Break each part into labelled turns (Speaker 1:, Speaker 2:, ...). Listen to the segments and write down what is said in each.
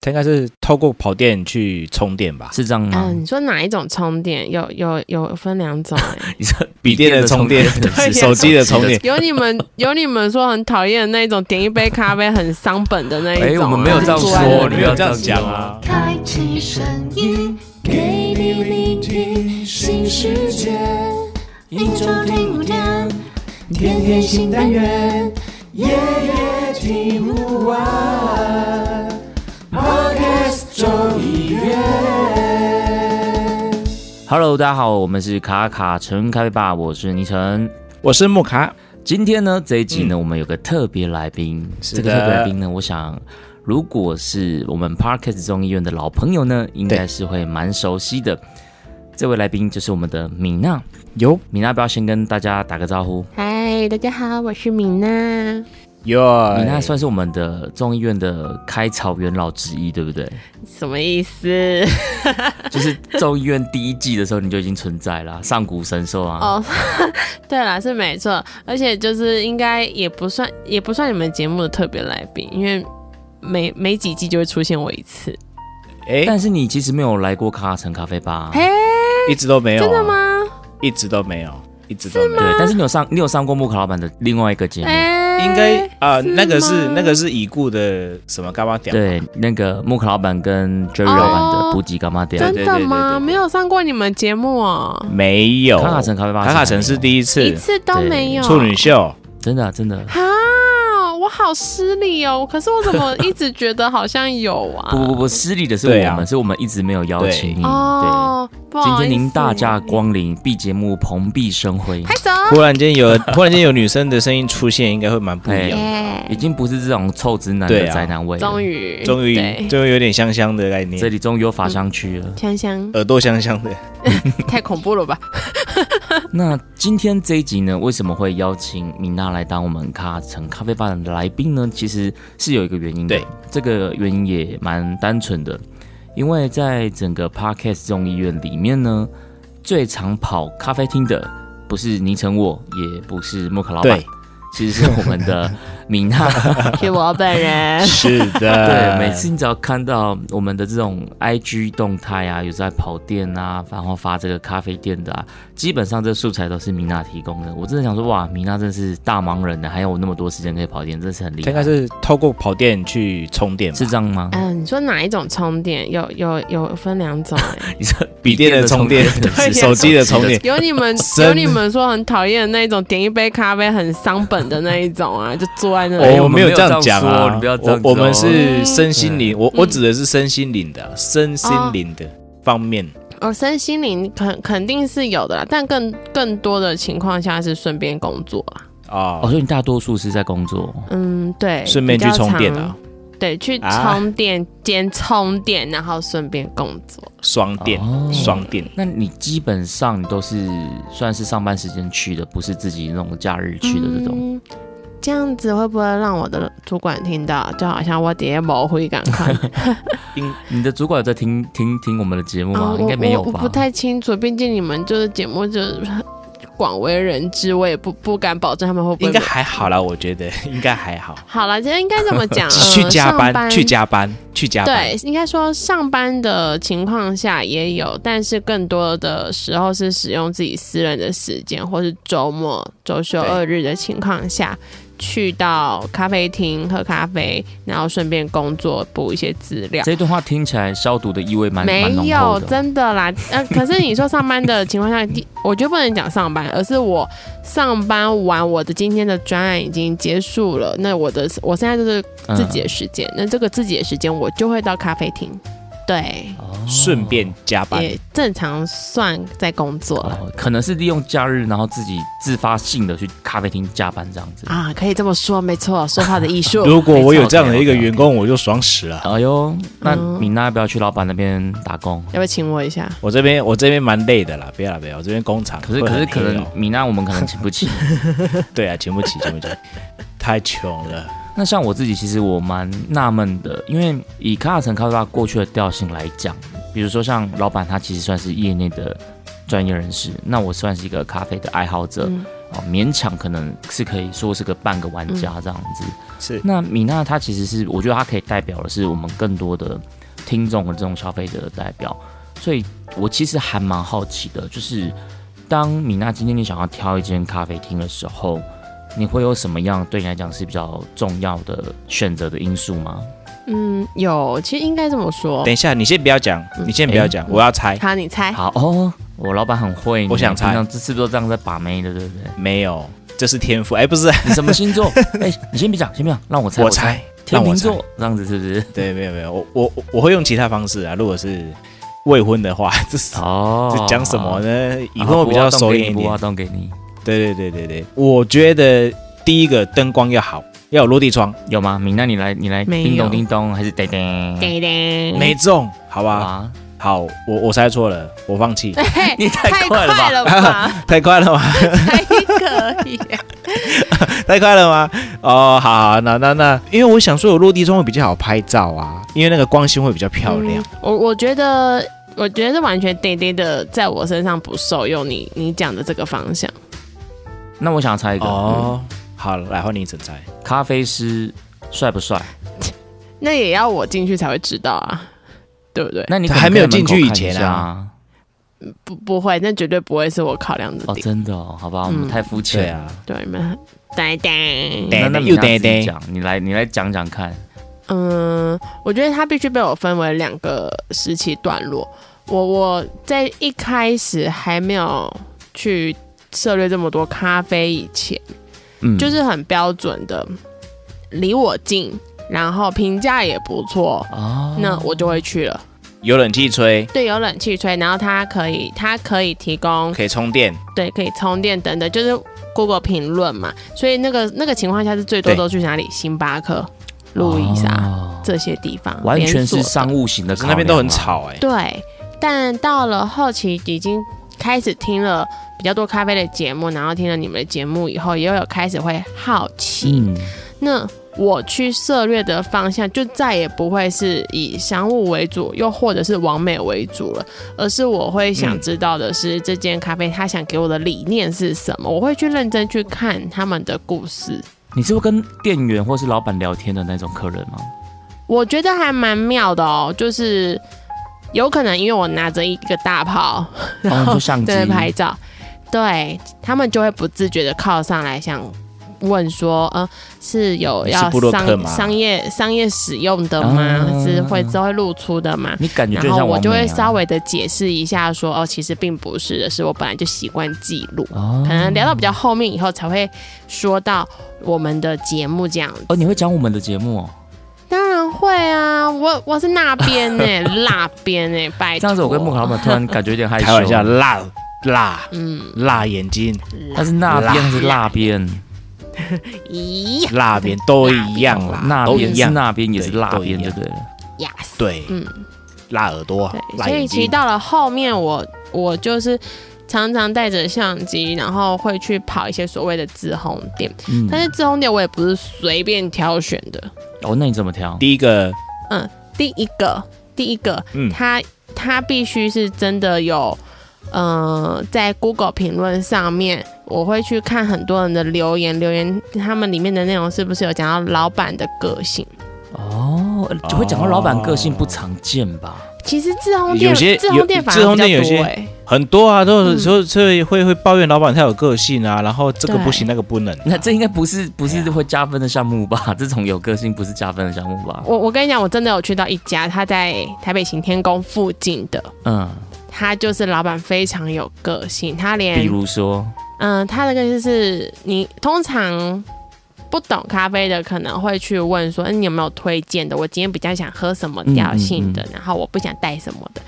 Speaker 1: 它应该是透过跑电去充电吧？
Speaker 2: 是这样吗？
Speaker 3: 嗯，你说哪一种充电？有有有分两种哎、
Speaker 2: 你说
Speaker 1: 笔电的充电
Speaker 2: 电
Speaker 3: 对
Speaker 1: 手机的充电，
Speaker 3: 有你们有你们说很讨厌的那一种，点一杯咖啡很伤本的那一种、啊。
Speaker 2: 哎我们没有这样
Speaker 3: 就是坐在那
Speaker 2: 说你
Speaker 3: 里
Speaker 2: 不要这样
Speaker 1: 讲
Speaker 2: 讲
Speaker 1: 啊
Speaker 2: 啊！
Speaker 4: 开启声音，给你聆听新世界。一周听五天，天天新单元，夜夜听不完。Podcast 众议院。
Speaker 2: Hello，大家好，我们是卡卡城咖啡吧，我是倪晨。
Speaker 1: 我是木卡，
Speaker 2: 今天呢这一集呢，我们有个特别来宾，
Speaker 1: 是
Speaker 2: 这个
Speaker 1: 的
Speaker 2: 特别来宾呢，我想。如果是我们 Parkes 众议院的老朋友呢，应该是会蛮熟悉的。这位来宾就是我们的米娜，
Speaker 1: 有
Speaker 2: 米娜，不要先跟大家打个招呼。
Speaker 3: 嗨，大家好，我是米娜。
Speaker 1: 有，
Speaker 2: 米娜算是我们的众议院的开草元老之一，对不对？
Speaker 3: 什么意思？
Speaker 2: 就是众议院第一季的时候你就已经存在啦，上古神兽啊。
Speaker 3: 哦，对啦，是没错，而且就是应该也不算，也不算你们节目的特别来宾，因为每每几季就会出现我一次。
Speaker 1: 哎，
Speaker 2: 但是你其实没有来过卡城咖啡吧？
Speaker 3: 嘿，
Speaker 1: 一直都没有，啊
Speaker 3: 真的？吗？
Speaker 1: 一直都没有，一直都没有。
Speaker 2: 对，但是你有上，你有上过木卡老板的另外一个节目，
Speaker 3: 哎，
Speaker 1: 应该啊，
Speaker 3: 是
Speaker 1: 那个是
Speaker 3: 吗
Speaker 1: 那个是已故的什么干嘛屌？
Speaker 2: 对，那个木卡老板跟 Jerry
Speaker 3: 哦
Speaker 2: 老板的补给干妈店，
Speaker 3: 真
Speaker 1: 对对
Speaker 3: 的
Speaker 1: 对对
Speaker 3: 吗？
Speaker 1: 对
Speaker 3: 没有上过你们节目哦，
Speaker 1: 没有。
Speaker 2: 卡卡城咖啡吧，
Speaker 1: 卡卡城是
Speaker 2: 一，
Speaker 1: 第一
Speaker 3: 一
Speaker 1: 次
Speaker 3: 次都
Speaker 2: 对
Speaker 3: 没有。
Speaker 1: 处女秀，
Speaker 2: 真的啊、真的。
Speaker 3: 啊，我好失礼哦！可是我怎么一直觉得好像有啊？
Speaker 2: 不不不，失礼的是
Speaker 1: 对啊
Speaker 2: 我们，是我们一直没有邀请你。对，
Speaker 3: 哦，不
Speaker 2: 今
Speaker 3: 好意
Speaker 2: 天
Speaker 3: 思，
Speaker 2: 您大驾光临，B 节目蓬荜生辉，
Speaker 3: 拍手。
Speaker 1: 忽然间有 忽然间有女生的声音出现，应该会蛮不一
Speaker 2: 哎
Speaker 1: 样。
Speaker 3: 耶
Speaker 2: 已经不是这种臭直男
Speaker 1: 对
Speaker 2: 的
Speaker 1: 啊
Speaker 2: 宅男味了。
Speaker 3: 终于，
Speaker 1: 终于
Speaker 3: 对
Speaker 1: 终于有点香香的概
Speaker 2: 这
Speaker 1: 念，
Speaker 2: 里终于有法商区了。
Speaker 3: 香香
Speaker 1: 耳朵香香的。
Speaker 3: 太恐怖 了吧？
Speaker 2: 那今天这一集呢，为什么会邀请米娜来当我们卡城咖啡吧的来宾呢？其实是有一个原因的，
Speaker 1: 对
Speaker 2: 这个原因也蛮单纯的，因为在整个 Parkes 众议院里面呢，最常跑咖啡厅的不是倪成我，也不是莫卡老板
Speaker 1: 对，
Speaker 2: 其实是我们的 米娜。
Speaker 3: 是我本人。
Speaker 1: 是的，
Speaker 2: 对，每次你只要看到我们的这种 IG 动态啊，有在跑店啊，然后发这个咖啡店的啊，基本上这素材都是米娜提供的。我真的想说，哇，米娜真是大忙人啊呢，还有那么多时间可以跑店，真是很厉
Speaker 1: 它应该
Speaker 2: 害。
Speaker 1: 是透过跑电去充电吧
Speaker 2: 是？这样吗？
Speaker 3: 嗯，你说哪一种充电？有有有分两种 哎、
Speaker 2: 你说
Speaker 1: 笔电的充电
Speaker 2: 对
Speaker 3: 对
Speaker 1: 手机的充电，
Speaker 3: 有你们
Speaker 1: 真的
Speaker 3: 有你们说很讨厌的那一种，点一杯咖啡很伤本的那一种啊，就坐在那
Speaker 2: 哎
Speaker 3: 里。
Speaker 1: 我
Speaker 2: 我们
Speaker 1: 哦没有
Speaker 2: 没有
Speaker 1: 这样
Speaker 2: 这
Speaker 1: 讲
Speaker 2: 样
Speaker 1: 啊，
Speaker 2: 说你不要这样
Speaker 1: 我我们
Speaker 2: 说
Speaker 1: 是身心灵，我我指的是身心灵的，啊身心
Speaker 3: 哦
Speaker 1: 灵的方面。
Speaker 3: 哦，身心灵肯肯定是有的啦，但更更多的情况下是顺便工作啦。
Speaker 1: 哦
Speaker 2: 哦，所以你大多数是在工作。
Speaker 3: 嗯，对，
Speaker 1: 顺便
Speaker 3: 比
Speaker 1: 去
Speaker 3: 较
Speaker 1: 充电
Speaker 3: 常
Speaker 1: 啊，
Speaker 3: 对，去
Speaker 1: 啊
Speaker 3: 充电兼充电，然后顺便工作。
Speaker 1: 双电
Speaker 2: 哦
Speaker 1: 双电，
Speaker 2: 那你基本上你都是算是上班时间去的，不是自己那种假日去的这种。
Speaker 3: 嗯这样子会不会让我的主管听到？就好像我底下毛会赶 快，
Speaker 2: 你的主管有在听听听我们的节目吗？
Speaker 3: 嗯
Speaker 2: 应该没有
Speaker 3: 我我
Speaker 2: 吧？
Speaker 3: 我不太清楚，毕竟你们就是节目就是 很广为人知，我也不不敢保证他们会不
Speaker 1: 应
Speaker 3: 会
Speaker 1: 该。还好啦，我觉得 应该还好。
Speaker 3: 好了，今天应该怎么 讲？
Speaker 1: 去
Speaker 3: 呃
Speaker 1: 加
Speaker 3: 上班
Speaker 1: 班，去加班，去加班
Speaker 3: 对。，应该说上班的情况下也有，但是更多的时候是使用自己私人的时间，或是周末、周休
Speaker 1: 对
Speaker 3: 二日的情况下，去到咖啡厅喝咖啡，然后顺便工作补一些资料。
Speaker 2: 这段话听起来消毒的意味蛮蛮
Speaker 3: 没
Speaker 2: 浓
Speaker 3: 有
Speaker 2: 厚，的。
Speaker 3: 真的啦。呃，可是你说上班的情况下，第我就不能讲上班，而是我上班完，我的今天的专案已经结束了，那我的我现在就是
Speaker 2: 嗯
Speaker 3: 自己的时间，那这个自己的时间，我就会到咖啡厅，对，
Speaker 1: 顺便加班，
Speaker 3: 也正常算在工作了、
Speaker 2: 哦，可能是利用假日，然后自己自发性的去咖啡厅加班这样子。
Speaker 3: 啊，可以这么说，没错，说话的艺术。
Speaker 1: 如果我有这样的一个
Speaker 2: 没错
Speaker 1: 员工，我就爽死了。
Speaker 2: 哎呦，那
Speaker 3: 嗯
Speaker 2: 米娜要不要去老板那边打工？
Speaker 3: 要不要请我一下？
Speaker 1: 我这边我这边蛮累的啦，不要啦不要，我这边工厂
Speaker 2: 可是
Speaker 1: 会
Speaker 2: 可
Speaker 1: 很
Speaker 2: 是可
Speaker 1: 黑
Speaker 2: 能
Speaker 1: 哦
Speaker 2: 米娜我们可能请 不起。
Speaker 1: 对啊，请不起请不起，太穷了。
Speaker 2: 那像我自己，其实我蛮纳闷的，因为以卡卡城咖啡吧过去的调性来讲，比如说像老板他其实算是业内的专业人士，那我算是一个咖啡的爱好者，
Speaker 3: 嗯
Speaker 2: 哦，勉强可能是可以说是个半个玩家这样子。
Speaker 1: 是
Speaker 2: 那米娜她其实是，我觉得她可以代表的是我们更多的听众的这种消费者的代表，所以我其实还蛮好奇的，就是当米娜今天你想要挑一间咖啡厅的时候，你会有什么样对你来讲是比较重要的选择的因素吗？
Speaker 3: 嗯，有，其实应该这么说
Speaker 1: 等。一下，你先不要讲，你先不要讲，我要猜。
Speaker 3: 好，你猜，
Speaker 2: 嗯好哦，我老板很会呢，
Speaker 1: 我想猜
Speaker 2: 平常这是不是都这样在把妹的，对不对？
Speaker 1: 没有，这是天赋。哎，不是，
Speaker 2: 你什么星 座？哎、你先别讲，先别讲，让我猜，
Speaker 1: 我猜，
Speaker 2: 天
Speaker 1: 让我
Speaker 2: 秤
Speaker 1: 猜。
Speaker 2: 座这样子是不是？
Speaker 1: 对，没有没有，我我我我会用其他方式啊。如果是未婚的话， 这 是
Speaker 2: 哦，
Speaker 1: 这讲什么
Speaker 2: 呢？
Speaker 1: 呢？以后比较熟练一
Speaker 2: 不挖
Speaker 1: 点。
Speaker 2: 洞给你，
Speaker 1: 对对对对对，我觉得第一个灯光要好，要有落地窗，
Speaker 2: 有吗？明，那你来，你来，
Speaker 3: 没有
Speaker 2: 叮咚叮咚，还是叮叮？
Speaker 3: 叮
Speaker 2: 嗯
Speaker 3: 叮，
Speaker 1: 没中，好吧？
Speaker 2: 啊，
Speaker 1: 好，我我猜错了，我放 弃，
Speaker 3: 嘿
Speaker 2: 你 太
Speaker 3: 太
Speaker 2: 快了吧
Speaker 3: 了吧？
Speaker 1: 太快了吗？
Speaker 3: 才可以，
Speaker 1: 太快了吗？哦，好好，那那那，因为我想说有落地窗会比较好拍照啊，因为那个光线会比较漂亮
Speaker 3: 嗯。我我觉得，我觉得完全爹爹的在我身上不受用你你讲的这个方向。
Speaker 2: 那我想猜一个，
Speaker 1: 哦，好，来换你整猜。
Speaker 2: 咖啡师帅不帅？
Speaker 3: 那也要我进去才会知道啊，对不对？
Speaker 2: 那你
Speaker 1: 他
Speaker 2: 可能
Speaker 1: 还没有
Speaker 2: 可以在门口
Speaker 1: 进去以
Speaker 2: 看一
Speaker 1: 前啊
Speaker 2: 下！
Speaker 3: 不不会，那绝对不会是我考量的
Speaker 2: 哦，
Speaker 3: 点。
Speaker 2: 真的哦，好吧，我
Speaker 3: 嗯
Speaker 2: 们太肤
Speaker 1: 对
Speaker 2: 浅。
Speaker 1: 啊，
Speaker 3: 对，你们呆呆。
Speaker 1: 对
Speaker 2: 那那
Speaker 1: 又
Speaker 2: 米娜自
Speaker 1: 对对
Speaker 2: 己讲，你来，你来讲讲看。
Speaker 3: 嗯，我觉得它必须被我分为两个时期段落。我我在一开始还没有去涉猎这么多咖啡以前，
Speaker 2: 嗯，
Speaker 3: 就是很标准的，离我近，然后评价也不错，
Speaker 2: 哦，
Speaker 3: 那我就会去了。
Speaker 1: 有冷气吹，
Speaker 3: 对，有冷气吹，然后它可以它可以提供
Speaker 1: 可以充电。
Speaker 3: 对，可以充电等等，就是 Google 评论嘛，所以那个那个情况下是最多
Speaker 1: 对
Speaker 3: 都去哪里？星巴克、路易莎、
Speaker 2: 哦
Speaker 3: 这些地方，
Speaker 2: 完全
Speaker 3: 连锁
Speaker 2: 是
Speaker 3: 的
Speaker 2: 商务型的
Speaker 1: 可
Speaker 2: 考
Speaker 1: 是那
Speaker 2: 量啊，
Speaker 1: 边都很吵哎、
Speaker 3: 对，但到了后期已经开始听了比较多咖啡的节目，然后听了你们的节目以后，也有开始会好奇。
Speaker 2: 嗯。
Speaker 3: 那我去涉略的方向就再也不会是以商务为主，又或者是完美为主了，而是我会想
Speaker 1: 嗯
Speaker 3: 知道的是这间咖啡它想给我的理念是什么，我会去认真去看他们的故事。
Speaker 2: 你是会跟店员或是老板聊天的那种客人吗？
Speaker 3: 我觉得还蛮妙的哦，就是有可能因为我拿着一个大炮，
Speaker 2: 哦，
Speaker 3: 然
Speaker 2: 你
Speaker 3: 后
Speaker 2: 说相机
Speaker 3: 在那拍照，对他们就会不自觉的靠上来想问说，呃，是有
Speaker 1: 你是
Speaker 3: 要
Speaker 1: 部落客
Speaker 3: 商
Speaker 1: 吗
Speaker 3: 商业商业使用的吗？
Speaker 2: 啊
Speaker 3: 是会是会露出的吗？
Speaker 2: 你感觉就
Speaker 3: 然后
Speaker 2: 像
Speaker 3: 我
Speaker 2: 王
Speaker 3: 就
Speaker 2: 美
Speaker 3: 会
Speaker 2: 啊
Speaker 3: 稍微的解释一下说，哦，其实并不是的，是我本来就习惯记录。
Speaker 2: 哦
Speaker 3: 可能聊到比较后面以后才会说到我们的节目这样子，
Speaker 2: 哦，你会讲我们的节目哦。
Speaker 3: 当然会啊，我我是那边呢、 那边呢、拜托。
Speaker 2: 这样子，我跟木卡老板突然感觉有点害羞。
Speaker 1: 开玩笑，辣辣
Speaker 3: 嗯，
Speaker 1: 辣眼睛、
Speaker 2: 他是那边还是辣边？
Speaker 3: 咦
Speaker 1: 辣边都一样啦，
Speaker 2: 那
Speaker 1: 都
Speaker 2: 边
Speaker 1: 一
Speaker 2: 是
Speaker 1: 样。
Speaker 2: 那边也是
Speaker 1: 对
Speaker 2: 辣
Speaker 1: 都一
Speaker 2: 边，对
Speaker 1: 样
Speaker 2: 不对了？
Speaker 3: 呀，
Speaker 1: 对，
Speaker 3: 嗯，
Speaker 1: 辣耳朵、
Speaker 3: 对，
Speaker 1: 辣
Speaker 3: 所以
Speaker 1: 眼
Speaker 3: 其实
Speaker 1: 睛。
Speaker 3: 到了后面我，我就是常常带着相机，然后会去跑一些所谓的自烘店，
Speaker 2: 嗯
Speaker 3: 但是自烘店我也不是随便挑选的。
Speaker 2: 哦，那你怎么挑？
Speaker 1: 第一个，
Speaker 3: 第一个，第一个，
Speaker 1: 嗯，
Speaker 3: 它它必须是真的有，呃，在 Google 评论上面，我会去看很多人的留言，留言他们里面的内容是不是有讲到老板的个性。
Speaker 2: 哦，呃就会讲到老板个性不常见吧？
Speaker 3: 其实自烘店，
Speaker 1: 有些
Speaker 3: 自
Speaker 1: 有
Speaker 3: 烘店反
Speaker 1: 自
Speaker 3: 而
Speaker 1: 烘
Speaker 3: 比较
Speaker 1: 店有些
Speaker 3: 多、欸，
Speaker 1: 很多啊，都有
Speaker 3: 嗯
Speaker 1: 时候会会会抱怨老板太有个性啊，然后这个
Speaker 3: 对
Speaker 1: 不行，那个不能啊。
Speaker 2: 那这应该不是不是会加分的项目吧？这种有个性不是加分的项目吧？
Speaker 3: 我我跟你讲，我真的有去到一家，他在台北行天宫附近的，
Speaker 2: 嗯，
Speaker 3: 他就是老板非常有个性，他
Speaker 2: 比
Speaker 3: 连
Speaker 2: 如说，
Speaker 3: 嗯、他的个性是你通常不懂咖啡的可能会去问说，嗯，你有没有推荐的？我今天比较想喝什么调性的，
Speaker 2: 嗯
Speaker 3: 然后我不想带什么的。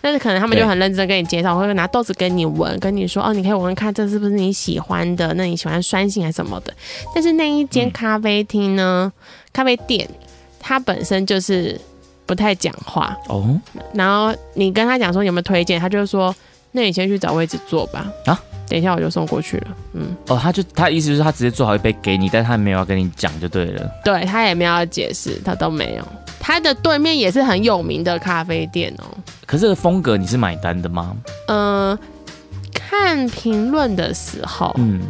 Speaker 3: 但是可能他们就
Speaker 1: 对
Speaker 3: 很认真跟你介绍，会拿豆子跟你闻，跟你说哦，你可以闻闻看这是不是你喜欢的，那你喜欢酸性还是什么的。但是那一间
Speaker 1: 嗯
Speaker 3: 咖啡厅呢，咖啡店它本身就是不太讲话，
Speaker 2: 哦，
Speaker 3: 然后你跟他讲说有没有推荐，他就说那你先去找位置坐吧。
Speaker 2: 啊，
Speaker 3: 等一下我就送过去了。嗯，
Speaker 2: 哦，他就他意思就是他直接做好一杯给你，但他没有要跟你讲就对了。
Speaker 3: 对他也没有要解释，他都没有。他的对面也是很有名的咖啡店哦。
Speaker 2: 可是这个风格你是买单的吗？
Speaker 3: 嗯、看评论的时候，
Speaker 2: 嗯，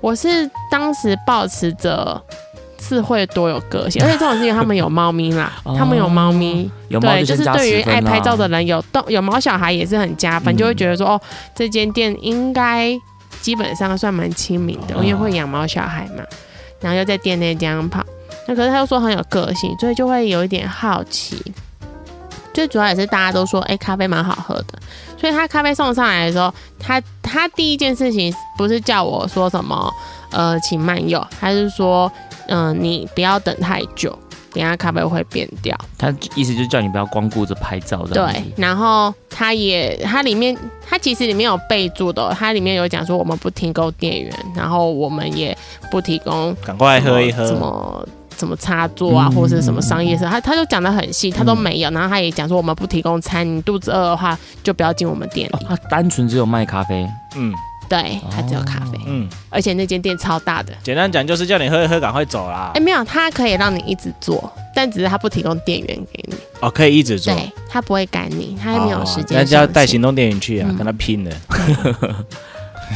Speaker 3: 我是当时保持着是会多有个性，而且这种事情他们有猫咪啦，他们有猫咪，
Speaker 2: 有猫
Speaker 3: 对，就
Speaker 2: 先
Speaker 3: 是
Speaker 2: 加
Speaker 3: 对于
Speaker 2: 十分
Speaker 3: 爱
Speaker 2: 啊
Speaker 3: 拍照的人有动有毛小孩也是很加分，
Speaker 2: 嗯
Speaker 3: 就会觉得说哦，这间店应该基本上算蛮亲民的，
Speaker 2: 哦
Speaker 3: 因为会养毛小孩嘛，然后又在店内这样跑，那可是他又说很有个性，所以就会有一点好奇。最主要也是大家都说，哎、咖啡蛮好喝的，所以他咖啡送上来的时候，他他第一件事情不是叫我说什么，呃，请慢用，他是说，嗯、你不要等太久，等一下咖啡会变掉。
Speaker 2: 他意思就是叫你不要光顾着拍照这样子
Speaker 3: 对，然后它也它里面它其实里面有备注的哦，它里面有讲说我们不提供电源，然后我们也不提供
Speaker 1: 赶快喝一
Speaker 3: 什
Speaker 1: 喝。
Speaker 3: 么什么插座啊，
Speaker 2: 嗯
Speaker 3: 或者是什么商业设，他他就讲的很细，他都没有。然后他也讲说我们不提供餐，你肚子饿的话就不要进我们店
Speaker 2: 哦
Speaker 3: 里。，
Speaker 2: 他单纯只有卖咖啡，
Speaker 1: 嗯
Speaker 3: 对，他只有咖啡，
Speaker 1: 嗯，
Speaker 3: 而且那间店超大的。
Speaker 1: 简单讲就是叫你喝一喝，赶快走啦
Speaker 3: 哎，。没有，它可以让你一直做，但只是它不提供电源给你，
Speaker 1: 哦，可以一直做。
Speaker 3: 对，它不会赶你，它也没有
Speaker 1: 哦
Speaker 3: 时间上限。
Speaker 1: 那就要带行动电影去啊
Speaker 3: 嗯，
Speaker 1: 跟他拼了。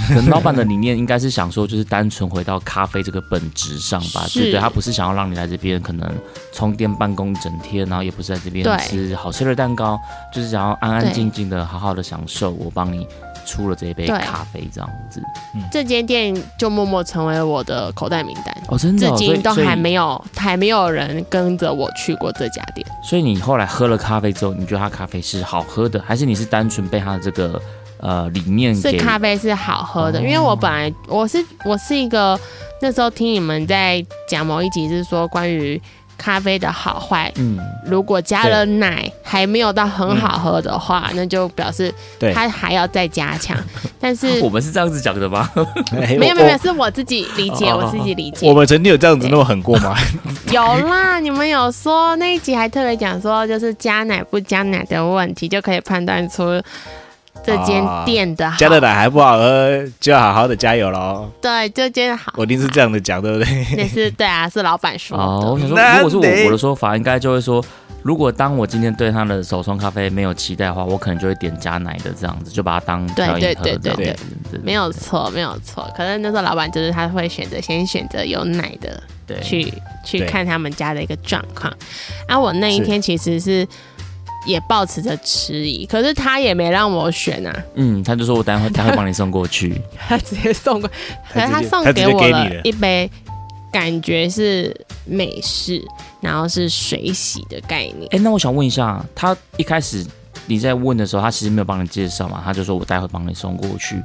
Speaker 2: 可 能老板的理念应该是想说，就是单纯回到咖啡这个本质上吧，
Speaker 3: 是
Speaker 2: 对不对？他不是想要让你来这边可能充电办公整天，然后也不是在这边
Speaker 3: 对
Speaker 2: 吃好吃的蛋糕，就是想要安安
Speaker 3: 对
Speaker 2: 静静的好好的享受我帮你出了这一杯
Speaker 3: 对
Speaker 2: 咖啡这样子。
Speaker 3: 这间店就默默成为我的口袋名单，
Speaker 2: 哦，真
Speaker 3: 至
Speaker 2: 的、哦，所
Speaker 3: 今
Speaker 2: 以
Speaker 3: 都
Speaker 2: 所以
Speaker 3: 还没有还没有人跟着我去过这家店。
Speaker 2: 所以你后来喝了咖啡之后，你觉得它咖啡是好喝的，还是你是单纯被它的这个呃理念
Speaker 3: 是
Speaker 2: 给
Speaker 3: 咖啡是好喝的，
Speaker 2: 哦
Speaker 3: 因为我本来我是我是一个那时候听你们在讲某一集是说关于咖啡的好坏，
Speaker 2: 嗯
Speaker 3: 如果加了奶还没有到很好喝的话，那就表示
Speaker 1: 对
Speaker 3: 它还要再加强。但是
Speaker 2: 我们是这样子讲的吗？
Speaker 1: 哎
Speaker 3: 没
Speaker 1: 我
Speaker 3: 有没有没有，是我自己理解，
Speaker 2: 哦哦
Speaker 3: 我
Speaker 2: 哦
Speaker 3: 自己理解
Speaker 1: 我。们曾经有这样子那么狠过吗？
Speaker 3: 有啦，你们有说那一集还特别讲说，就是加奶不加奶的问题，就可以判断出这间
Speaker 1: 啊
Speaker 3: 店的好。
Speaker 1: 加的奶还不好喝，就要好好的加油喽。
Speaker 3: 对，这间好，
Speaker 1: 我一定是这样的讲，对不对？
Speaker 3: 那是对啊，是老板说的。
Speaker 2: 哦，我想说，
Speaker 1: 那
Speaker 2: 如果是
Speaker 1: 得
Speaker 2: 我我的说法，应该就会说，如果当我今天对他的手冲咖啡没有期待的话，我可能就会点加奶的这样子，就把它当
Speaker 3: 对
Speaker 2: 调饮
Speaker 3: 对
Speaker 2: 喝
Speaker 3: 对
Speaker 2: 这样
Speaker 1: 对
Speaker 2: 子对
Speaker 3: 没有错，没有错。可能那时候老板就是他会选择先选择有奶的
Speaker 2: 对
Speaker 3: 去去
Speaker 1: 嗯对
Speaker 3: 看他们家的一个状况。啊，我那一
Speaker 1: 是
Speaker 3: 天其实是也抱持着迟疑，可是他也没让我选啊，
Speaker 2: 嗯，他就说我待会待会帮你送过去，
Speaker 3: 他直接送过，可
Speaker 1: 他
Speaker 3: 是他
Speaker 1: 直接
Speaker 3: 送
Speaker 1: 他直
Speaker 3: 给
Speaker 1: 接
Speaker 3: 我
Speaker 1: 给
Speaker 3: 了
Speaker 1: 你了
Speaker 3: 一杯，感觉是美式，然后是水洗的概念。
Speaker 2: 哎，那我想问一下，他一开始你在问的时候，他其实没有帮你介绍嘛，他就说我待会帮你送过去，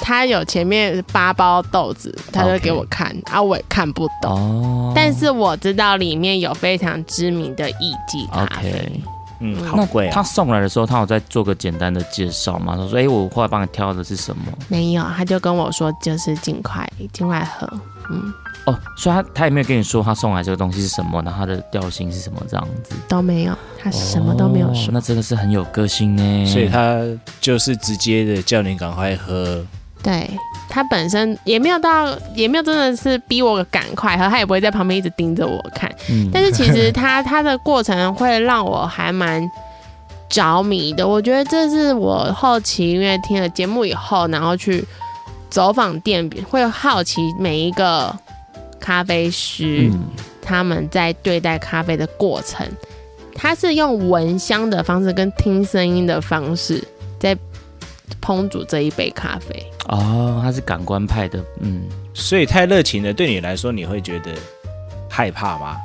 Speaker 3: 他有前面八包豆子，他就
Speaker 2: OK
Speaker 3: 给我看啊，我也看不懂。
Speaker 2: 哦，
Speaker 3: 但是我知道里面有非常知名的意基咖啡
Speaker 2: OK。
Speaker 1: 嗯，
Speaker 2: 那
Speaker 1: 好贵啊
Speaker 2: 他！送来的时候，他有在做个简单的介绍嘛？他说：“哎、我后来帮你挑的是什么
Speaker 3: 没有，他就跟我说就是尽快尽快喝，嗯，？”
Speaker 2: 哦，所以他他也没有跟你说他送来这个东西是什么，然后它的调性是什么这样子。
Speaker 3: 都没有，他什么都没有说，
Speaker 2: 哦那真的是很有个性呢。
Speaker 1: 所以他就是直接的叫你赶快喝，
Speaker 3: 对他本身也没有到，也没有真的是逼我赶快喝，他也不会在旁边一直盯着我看，
Speaker 2: 嗯，
Speaker 3: 但是其实他他的过程会让我还蛮着迷的，我觉得这是我后期因为听了节目以后，然后去走访店，会好奇每一个咖啡师。
Speaker 2: 嗯，
Speaker 3: 他们在对待咖啡的过程，他是用闻香的方式跟听声音的方式在烹煮这一杯咖啡。
Speaker 2: 哦，他是感官派的，嗯，
Speaker 1: 所以太热情了，对你来说你会觉得害怕吗？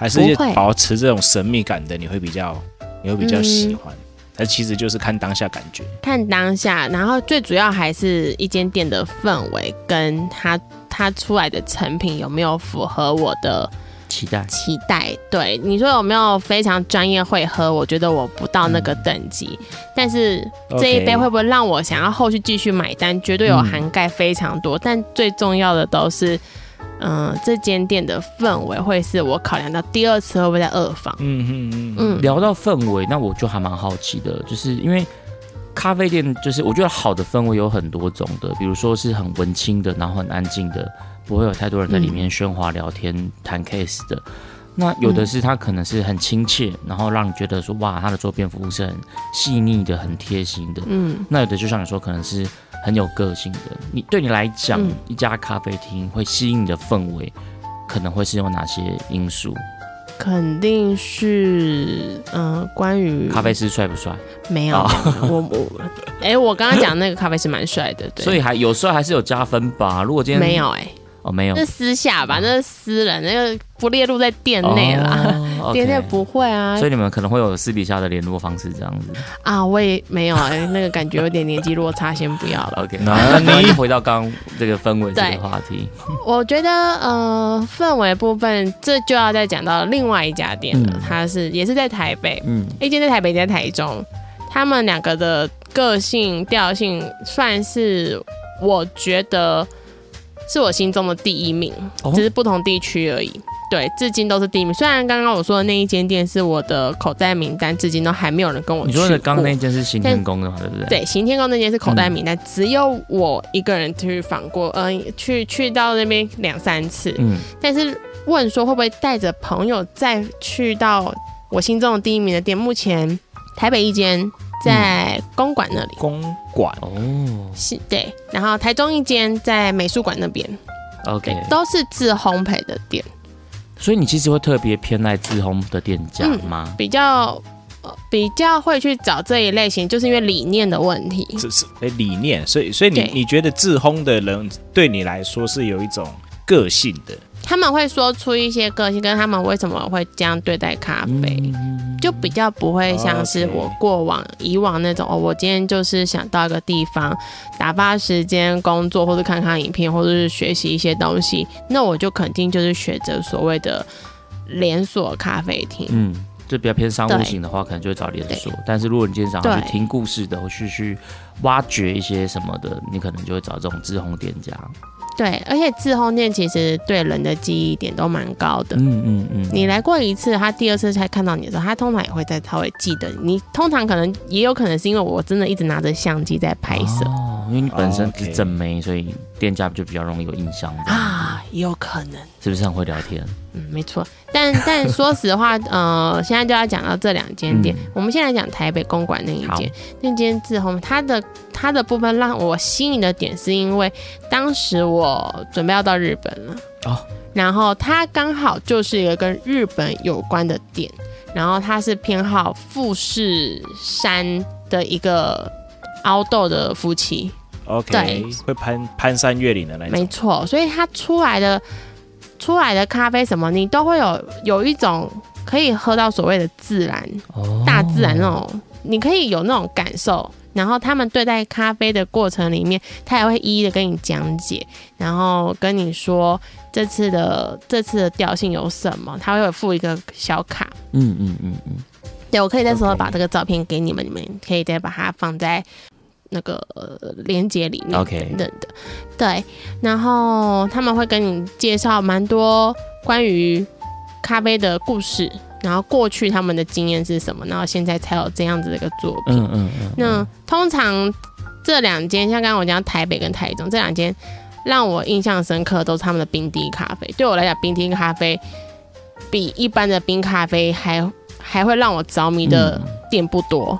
Speaker 1: 还是
Speaker 3: 不会嗯
Speaker 1: 保持这种神秘感的，你会比较你会比较喜欢？那其实就是看当下感觉，
Speaker 3: 看当下，然后最主要还是一间店的氛围跟它它出来的成品有没有符合我的
Speaker 2: 期待。
Speaker 3: 期待。对你说有没有非常专业会喝？我觉得我不到
Speaker 2: 嗯
Speaker 3: 那个等级，但是这一
Speaker 1: OK
Speaker 3: 杯会不会让我想要后续继续买单？绝对有
Speaker 2: 嗯
Speaker 3: 涵盖非常多，但最重要的都是，嗯、这间店的氛围会是我考量到第二次会不会在二房。
Speaker 1: 嗯嗯嗯，
Speaker 3: 嗯，
Speaker 2: 聊到氛围，那我就还蛮好奇的，就是因为咖啡店，就是我觉得好的氛围有很多种的，比如说是很文青的，然后很安静的，不会有太多人在里面喧哗聊天、谈 case 的。那有的是他可能是很亲切，然后让你觉得说哇，他的周边服务是很细腻的、很贴心的。
Speaker 3: 嗯，
Speaker 2: 那有的就像你说，可能是很有个性的。你对你来讲，
Speaker 3: 嗯
Speaker 2: 一家咖啡厅会吸引你的氛围，可能会是有哪些因素？
Speaker 3: 肯定是嗯、呃关于
Speaker 2: 咖啡师帅不帅？
Speaker 3: 没有，
Speaker 2: 哦
Speaker 3: 我我哎、我刚刚讲那个咖啡师蛮帅的，对，
Speaker 2: 所以还有时候还是有加分吧。如果今天
Speaker 3: 没有哎、
Speaker 2: 哦，没有
Speaker 3: 那私下吧，那是私人，那个不列入在店内 啦。
Speaker 2: 哦
Speaker 3: 店内
Speaker 2: OK
Speaker 3: 不会啊
Speaker 2: 所以你们可能会有私底下的联络方式这样子。
Speaker 3: 啊，我也没有哎、那个感觉有点年纪落差，先不要了。
Speaker 2: OK，
Speaker 1: 那
Speaker 2: 那
Speaker 1: 你
Speaker 2: 你回到刚刚这个氛围这
Speaker 3: 对
Speaker 2: 个话题，
Speaker 3: 我觉得呃，氛围部分这就要再讲到另外一家店了，
Speaker 2: 嗯
Speaker 3: 它是也是在台北，
Speaker 2: 嗯，
Speaker 3: 一间在台北，一间在台中，他们两个的个性调性算是我觉得是我心中的第一名，
Speaker 2: 哦
Speaker 3: 只是不同地区而已。对，至今都是第一名。虽然刚刚我说的那一间店是我的口袋名单，至今都还没有人跟我
Speaker 2: 你
Speaker 3: 去
Speaker 2: 说
Speaker 3: 过。
Speaker 2: 的刚刚那嗯件是行天宫的嘛，对不对？，
Speaker 3: 对，行天宫那间是口袋名单，只有我一个人去访过，嗯、去去到那边两三次，
Speaker 2: 嗯，
Speaker 3: 但是问说会不会带着朋友再去到我心中的第一名的店，目前台北一间在公馆那里，
Speaker 1: 公馆
Speaker 2: 哦
Speaker 3: 是对，然后台中一间在美术馆那边，对
Speaker 2: ，OK，，
Speaker 3: 都是自烘焙的店，
Speaker 2: 所以你其实会特别偏爱自烘的店家
Speaker 3: 嗯
Speaker 2: 吗？
Speaker 3: 比较。呃比较会去找这一类型，就是因为理念的问题。
Speaker 1: 这是哎理念，所以所以你
Speaker 3: 对
Speaker 1: 你觉得自烘的人对你来说是有一种个性的，
Speaker 3: 他们会说出一些个性，跟他们为什么会这样对待咖啡，
Speaker 2: 嗯
Speaker 3: 就比较不会
Speaker 2: 哦
Speaker 3: 像是
Speaker 1: OK
Speaker 3: 我过往以往那种哦，我今天就是想到一个地方打发时间、工作，或者看看影片，或者是学习一些东西，那我就肯定就是选择所谓的连锁咖啡厅。
Speaker 2: 嗯，就比较偏商务
Speaker 3: 对
Speaker 2: 型的话，可能就会找连锁。但是如果你今天想要去
Speaker 3: 对
Speaker 2: 听故事的，或是去挖掘一些什么的，你可能就会找这种自烘店家。
Speaker 3: 对，而且自烘店其实对人的记忆点都蛮高的。
Speaker 2: 嗯嗯嗯，
Speaker 3: 你来过一次，他第二次才看到你的时候，他通常也会再稍微记得你。你通常可能也有可能是因为我真的一直拿着相机在拍摄、
Speaker 2: 哦，因为你本身
Speaker 1: 哦
Speaker 2: 是
Speaker 1: ，OK
Speaker 2: 正妹，所以店家就比较容易有印象这样
Speaker 3: 啊，也有可能。
Speaker 2: 是不是很会聊天？
Speaker 3: 嗯，没错。但 但说实话，呃，现在就要讲到这两间店。
Speaker 2: 嗯
Speaker 3: 我们先来讲台北公馆那一
Speaker 2: 好
Speaker 3: 间，那间自烘，它的它的部分让我吸引的点，是因为当时我准备要到日本了，
Speaker 1: 哦，
Speaker 3: 然后它刚好就是一个跟日本有关的店，然后它是偏好富士山的一个凹豆的夫妻，
Speaker 1: OK，
Speaker 3: 对
Speaker 1: 会攀攀山越岭的那
Speaker 3: 没
Speaker 1: 种。
Speaker 3: 错，所以它出来的出来的咖啡什么，你都会有有一种可以喝到所谓的自然、
Speaker 2: 哦
Speaker 3: 大自然那种，你可以有那种感受。然后他们对待咖啡的过程里面，他也会一一的跟你讲解，然后跟你说这次的这次的调性有什么，他会有附一个小卡。
Speaker 2: 嗯嗯嗯嗯，
Speaker 3: 对，我可以在时候
Speaker 1: OK
Speaker 3: 把这个照片给你们，你们可以再把它放在那个呃链接里面
Speaker 2: OK
Speaker 3: 等等的。对，然后他们会跟你介绍蛮多关于咖啡的故事，然后过去他们的经验是什么，然后现在才有这样子的一个作品。
Speaker 2: 嗯嗯嗯，
Speaker 3: 那通常这两间，像刚刚我讲台北跟台中这两间，让我印象深刻都是他们的冰滴咖啡。对我来讲，冰滴咖啡比一般的冰咖啡还还会让我着迷的
Speaker 2: 嗯
Speaker 3: 店不多。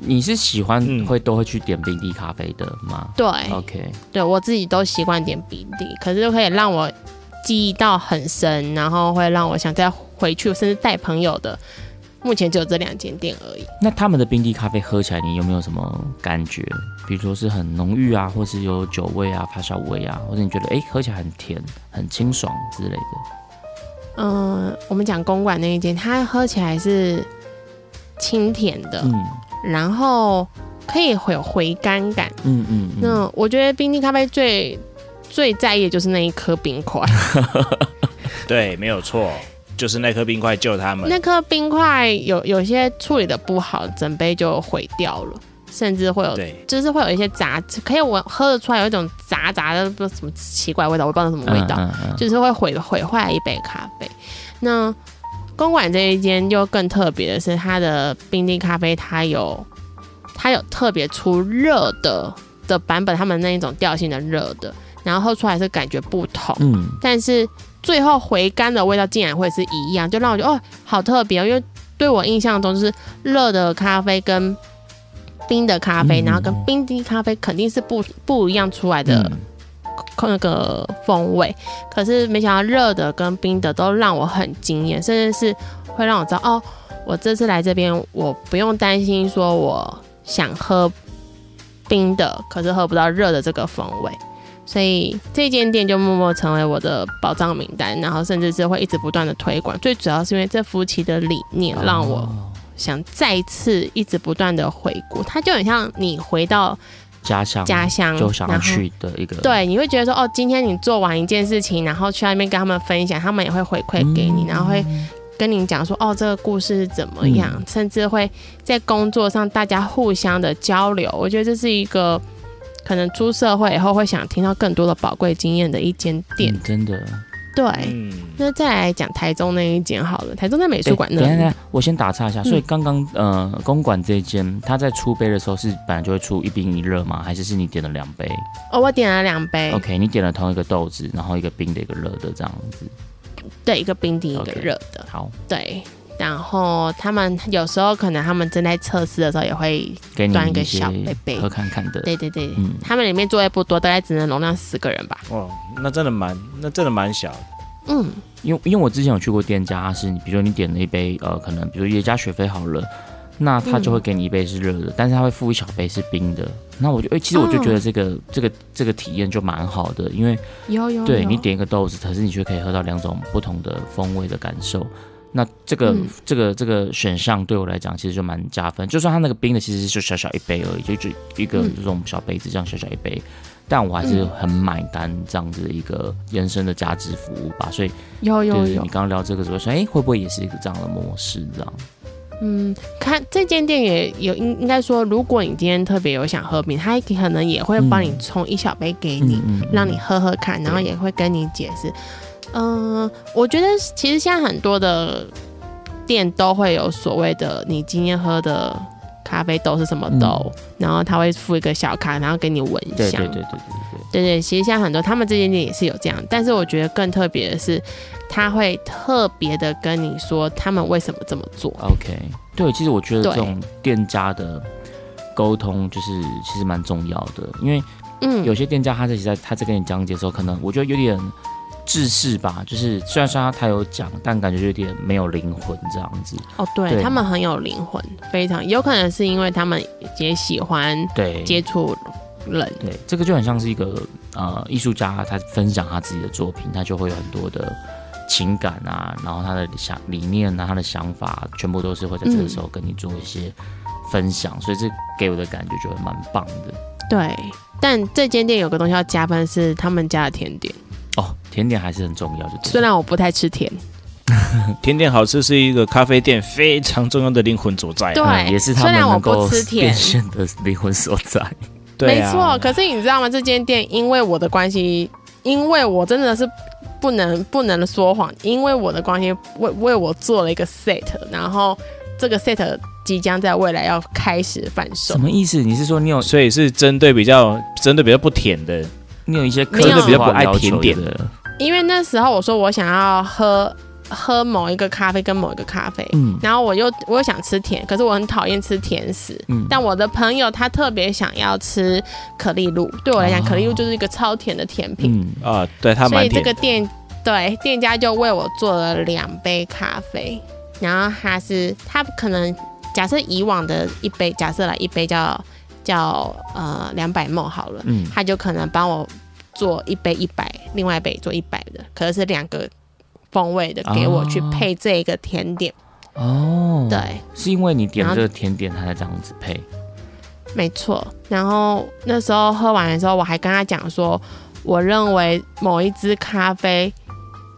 Speaker 2: 你是喜欢
Speaker 1: 嗯
Speaker 2: 会都会去点冰滴咖啡的吗
Speaker 3: 对，
Speaker 2: ？OK，
Speaker 3: 对我自己都习惯点冰滴，可是就可以让我记忆到很深，然后会让我想再回去，甚至带朋友的。目前只有这两间店而已。
Speaker 2: 那他们的冰滴咖啡喝起来，你有没有什么感觉？比如说是很浓郁啊，或是有酒味啊、发酵味啊，或者你觉得哎、喝起来很甜、很清爽之类的？
Speaker 3: 嗯，我们讲公馆那一间，它喝起来是清甜的，
Speaker 2: 嗯
Speaker 3: 然后可以会有回甘感。
Speaker 2: 嗯嗯，嗯
Speaker 3: 那我觉得冰滴咖啡最最在意的就是那一颗冰块，
Speaker 1: 对，没有错，就是那颗冰块救他们。
Speaker 3: 那颗冰块有有些处理的不好，整杯就毁掉了，甚至会有
Speaker 1: 对，
Speaker 3: 就是会有一些杂，可以我喝得出来有一种杂杂的不知道什么奇怪的味道，我不知道什么味道，
Speaker 2: 嗯嗯嗯
Speaker 3: 就是会毁毁坏一杯咖啡。那公馆这一间又更特别的是，它的冰滴咖啡它有它有特别出热的的版本，他们那一种调性的热的，然后喝出来是感觉不同，
Speaker 2: 嗯
Speaker 3: 但是最后回甘的味道竟然会是一样，就让我觉得哦，好特别、哦，因为对我印象中就是热的咖啡跟。冰的咖啡，
Speaker 2: 嗯
Speaker 3: 然后跟冰滴咖啡肯定是不不一样出来的
Speaker 2: 嗯
Speaker 3: 那个风味。可是没想到热的跟冰的都让我很惊艳，甚至是会让我知道哦，我这次来这边我不用担心说我想喝冰的，可是喝不到热的这个风味。所以这间店就默默成为我的宝藏名单，然后甚至是会一直不断的推广。最主要是因为这夫妻的理念让我
Speaker 2: 哦
Speaker 3: 想再次一直不断的回顾，它就很像你回到
Speaker 2: 家乡
Speaker 3: 家乡，
Speaker 2: 嗯就想要
Speaker 3: 然后
Speaker 2: 去的一个，
Speaker 3: 对，你会觉得说，哦，今天你做完一件事情，然后去那边跟他们分享，他们也会回馈给
Speaker 2: 嗯
Speaker 3: 你，然后会跟你讲说，哦，这个故事是怎么样，
Speaker 2: 嗯
Speaker 3: 甚至会在工作上大家互相的交流。我觉得这是一个可能出社会以后会想听到更多的宝贵经验的一间店。
Speaker 2: 嗯真的。
Speaker 3: 对，
Speaker 1: 嗯，
Speaker 3: 那再来讲台中那一间好了，台中在美术
Speaker 2: 诶
Speaker 3: 馆
Speaker 2: 哎等一下等一
Speaker 3: 那里
Speaker 2: 下，我先打
Speaker 3: 嗯
Speaker 2: 岔一下。所以刚刚呃，公馆这一间，它在出杯的时候是本来就会出一冰一热吗？还是是你点了两杯
Speaker 3: 哦，我点了两杯
Speaker 2: ？OK，你点了同一个豆子，然后一个冰的，一个热的这样子。
Speaker 3: 对，一个冰的，一个
Speaker 2: OK
Speaker 3: 热的。
Speaker 2: 好，
Speaker 3: 对，然后他们有时候可能他们正在测试的时候也会，
Speaker 2: 给你
Speaker 3: 端一个
Speaker 2: 一些
Speaker 3: 小杯杯
Speaker 2: 喝看看的。
Speaker 3: 对对对，
Speaker 2: 嗯
Speaker 3: 他们里面座位不多，大概只能容量十个人吧。
Speaker 1: 哦，那真的蛮，那真的蛮小的。
Speaker 3: 嗯，
Speaker 2: 因为因为我之前有去过店家，它是你比如说你点了一杯呃，可能比如说野加雪菲好了，那他就会给你一杯是热的，
Speaker 3: 嗯
Speaker 2: 但是他会附一小杯是冰的。那我就哎、其实我就觉
Speaker 3: 哦
Speaker 2: 得这个、这个这个体验就蛮好的，因为
Speaker 3: 有有
Speaker 2: 对
Speaker 3: 哦有
Speaker 2: 你点一个豆子，可是你却可以喝到两种不同的风味的感受。那这个、
Speaker 3: 嗯
Speaker 2: 这个这个选项对我来讲其实就蛮加分，就算它那个冰的其实就小小一杯而已，就就一个
Speaker 3: 嗯
Speaker 2: 这种小杯子这样小小一杯，但我还是很买单这样子的一个延伸的价值服务吧。所以
Speaker 3: 有
Speaker 2: 对
Speaker 3: 有
Speaker 2: 对，
Speaker 3: 有
Speaker 2: 你，刚刚聊这个时候说，哎、会不会也是一个这样的模式这样？
Speaker 3: 嗯，看这间店也有应应该说，如果你今天特别有想喝冰，他可能也会帮你
Speaker 2: 嗯
Speaker 3: 冲一小杯给你，
Speaker 2: 嗯嗯
Speaker 3: 让你喝喝看，然后
Speaker 2: 对
Speaker 3: 也会跟你解释。嗯、我觉得其实现在很多的店都会有所谓的你今天喝的咖啡豆是什么豆，然后他会附一个小卡，然后给你闻一
Speaker 2: 嗯对
Speaker 3: 下。
Speaker 2: 对对对对对
Speaker 3: 对对，其实现在很多他们这间店也是有这样，但是我觉得更特别的是，他会特别的跟你说他们为什么这么做。
Speaker 2: ，OK，对，其实我觉得
Speaker 3: 对
Speaker 2: 这种店家的沟通就是其实蛮重要的，因为
Speaker 3: 嗯，
Speaker 2: 有些店家他自己在他在跟你讲解的时候，可能我觉得有点制式吧，就是虽然说他他有讲，但感觉有点没有灵魂这样子。
Speaker 3: 哦，对
Speaker 2: 对
Speaker 3: 他们很有灵魂，非常有可能是因为他们也喜欢
Speaker 2: 对，
Speaker 3: 接触人，
Speaker 2: 对，这个就很像是一个呃艺术家，他分享他自己的作品，他就会有很多的情感啊，然后他的想理念啊，他的想法，全部都是会在这个时候跟你做一些分享，所以这给我的感觉就会蛮棒的
Speaker 3: 对。但这间店有个东西要加分是他们家的甜点，
Speaker 2: 哦。甜点还是很重要，就
Speaker 3: 虽然我不太吃甜，
Speaker 1: 甜点好吃是一个咖啡店非常重要的灵魂所在啊。
Speaker 3: 对
Speaker 2: 嗯也是他
Speaker 3: 虽
Speaker 2: 们
Speaker 3: 然我
Speaker 2: 能
Speaker 3: 不
Speaker 2: 够
Speaker 3: 吃甜
Speaker 2: 变现的灵魂所在。
Speaker 1: 对
Speaker 3: 没
Speaker 1: 啊
Speaker 3: 错。可是你知道吗？这间店因为我的关系，因为我真的是不能不能说谎，因为我的关系为为我做了一个 set，然后这个 set 即将在未来要开始贩售
Speaker 2: 什。么意思？你是说你有
Speaker 1: 所以是针对比较针对比较不甜的，
Speaker 2: 你有一些
Speaker 3: 没有
Speaker 2: 客制化
Speaker 1: 爱
Speaker 2: 要求
Speaker 1: 甜点
Speaker 2: 的？
Speaker 3: 因为那时候我说我想要喝喝某一个咖啡跟某一个咖啡，
Speaker 2: 嗯
Speaker 3: 然后我又我又想吃甜，可是我很讨厌吃甜食。
Speaker 2: 嗯，
Speaker 3: 但我的朋友他特别想要吃可丽露，对我来讲，
Speaker 2: 哦
Speaker 3: 可丽露就是一个超甜的甜品，
Speaker 2: 嗯
Speaker 1: 啊，对，它
Speaker 3: 所
Speaker 1: 蛮
Speaker 3: 以这
Speaker 1: 甜
Speaker 3: 个
Speaker 1: 的。
Speaker 3: 店对店家就为我做了两杯咖啡，然后他是他可能假设以往的一杯，假设来一杯叫叫呃两百梦好了，
Speaker 2: 嗯
Speaker 3: 他就可能帮我做一杯一百，另外一杯做一百的，可是是两个风味的给我去
Speaker 2: 哦
Speaker 3: 配这个甜点，
Speaker 2: 哦，
Speaker 3: 对。
Speaker 2: 是因为你点
Speaker 3: 然后
Speaker 2: 这个甜点，他才这样子配。
Speaker 3: 没错。然后那时候喝完的时候，我还跟他讲说，我认为某一支咖啡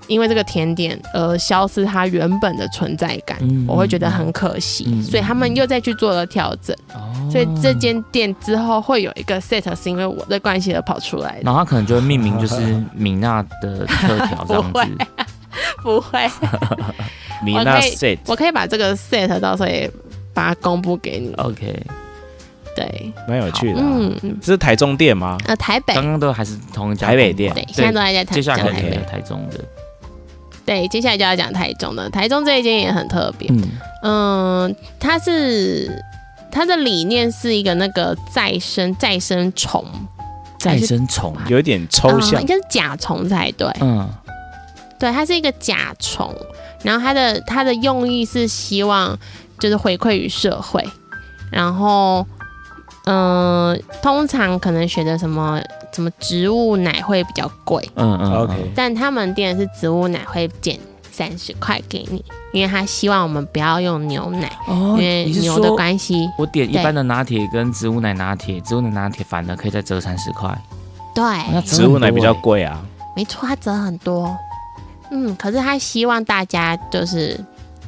Speaker 3: 因为这个甜点而消失它原本的存在感，
Speaker 2: 嗯
Speaker 3: 我会觉得很可惜。
Speaker 2: 嗯嗯
Speaker 3: 所以他们又再去做了调整，
Speaker 2: 哦
Speaker 3: 所以这间店之后会有一个 set 是因为我的关系而跑出来的，
Speaker 2: 然后他可能就会命 名就是米娜的特调这样
Speaker 3: 不
Speaker 2: 子
Speaker 3: 会， 不会。
Speaker 1: 米
Speaker 3: 我
Speaker 1: 娜
Speaker 3: 可以
Speaker 1: set
Speaker 3: 我可以把这个 set 到时候也把它公布给你。
Speaker 2: OK，
Speaker 3: 对，
Speaker 1: 蛮有趣的、啊。
Speaker 3: 嗯，
Speaker 1: 这是台中店吗？
Speaker 3: 呃，台北
Speaker 2: 刚，刚都还是同一家
Speaker 1: 台北
Speaker 2: 公
Speaker 1: 店
Speaker 2: 馆
Speaker 3: 对，现在都还在台，
Speaker 2: 接下来
Speaker 3: 讲
Speaker 2: 可
Speaker 3: 台
Speaker 2: 能
Speaker 3: 北
Speaker 2: 可以。台中的，
Speaker 3: 对，接下来就要讲台中的，台中这一间也很特别。
Speaker 2: 嗯，
Speaker 3: 嗯，它是它的理念是一个那个再生再生虫
Speaker 2: 再生虫，
Speaker 1: 有一点抽
Speaker 3: 啊
Speaker 1: 象
Speaker 3: 应。该是甲虫才对。
Speaker 2: 嗯，
Speaker 3: 对，它是一个甲虫，然后它的它的用意是希望就是回馈于社会，然后嗯、呃通常可能选择什么什么植物奶会比较贵，
Speaker 2: 嗯
Speaker 1: 啊
Speaker 2: 嗯
Speaker 1: OK，
Speaker 3: 但他们店是植物奶会减三十块给你，因为他希望我们不要用牛奶，
Speaker 2: 哦，
Speaker 3: 因为
Speaker 2: 你是
Speaker 3: 牛的
Speaker 2: 说
Speaker 3: 关系。
Speaker 2: 我点一
Speaker 3: 对
Speaker 2: 般的拿铁跟植物奶拿铁，植物奶拿铁反而可以再折三十块，
Speaker 3: 对，
Speaker 2: 那折
Speaker 1: 植物奶比较
Speaker 2: 很多
Speaker 1: 贵啊，
Speaker 3: 没错，他折很多。嗯，可是他希望大家就是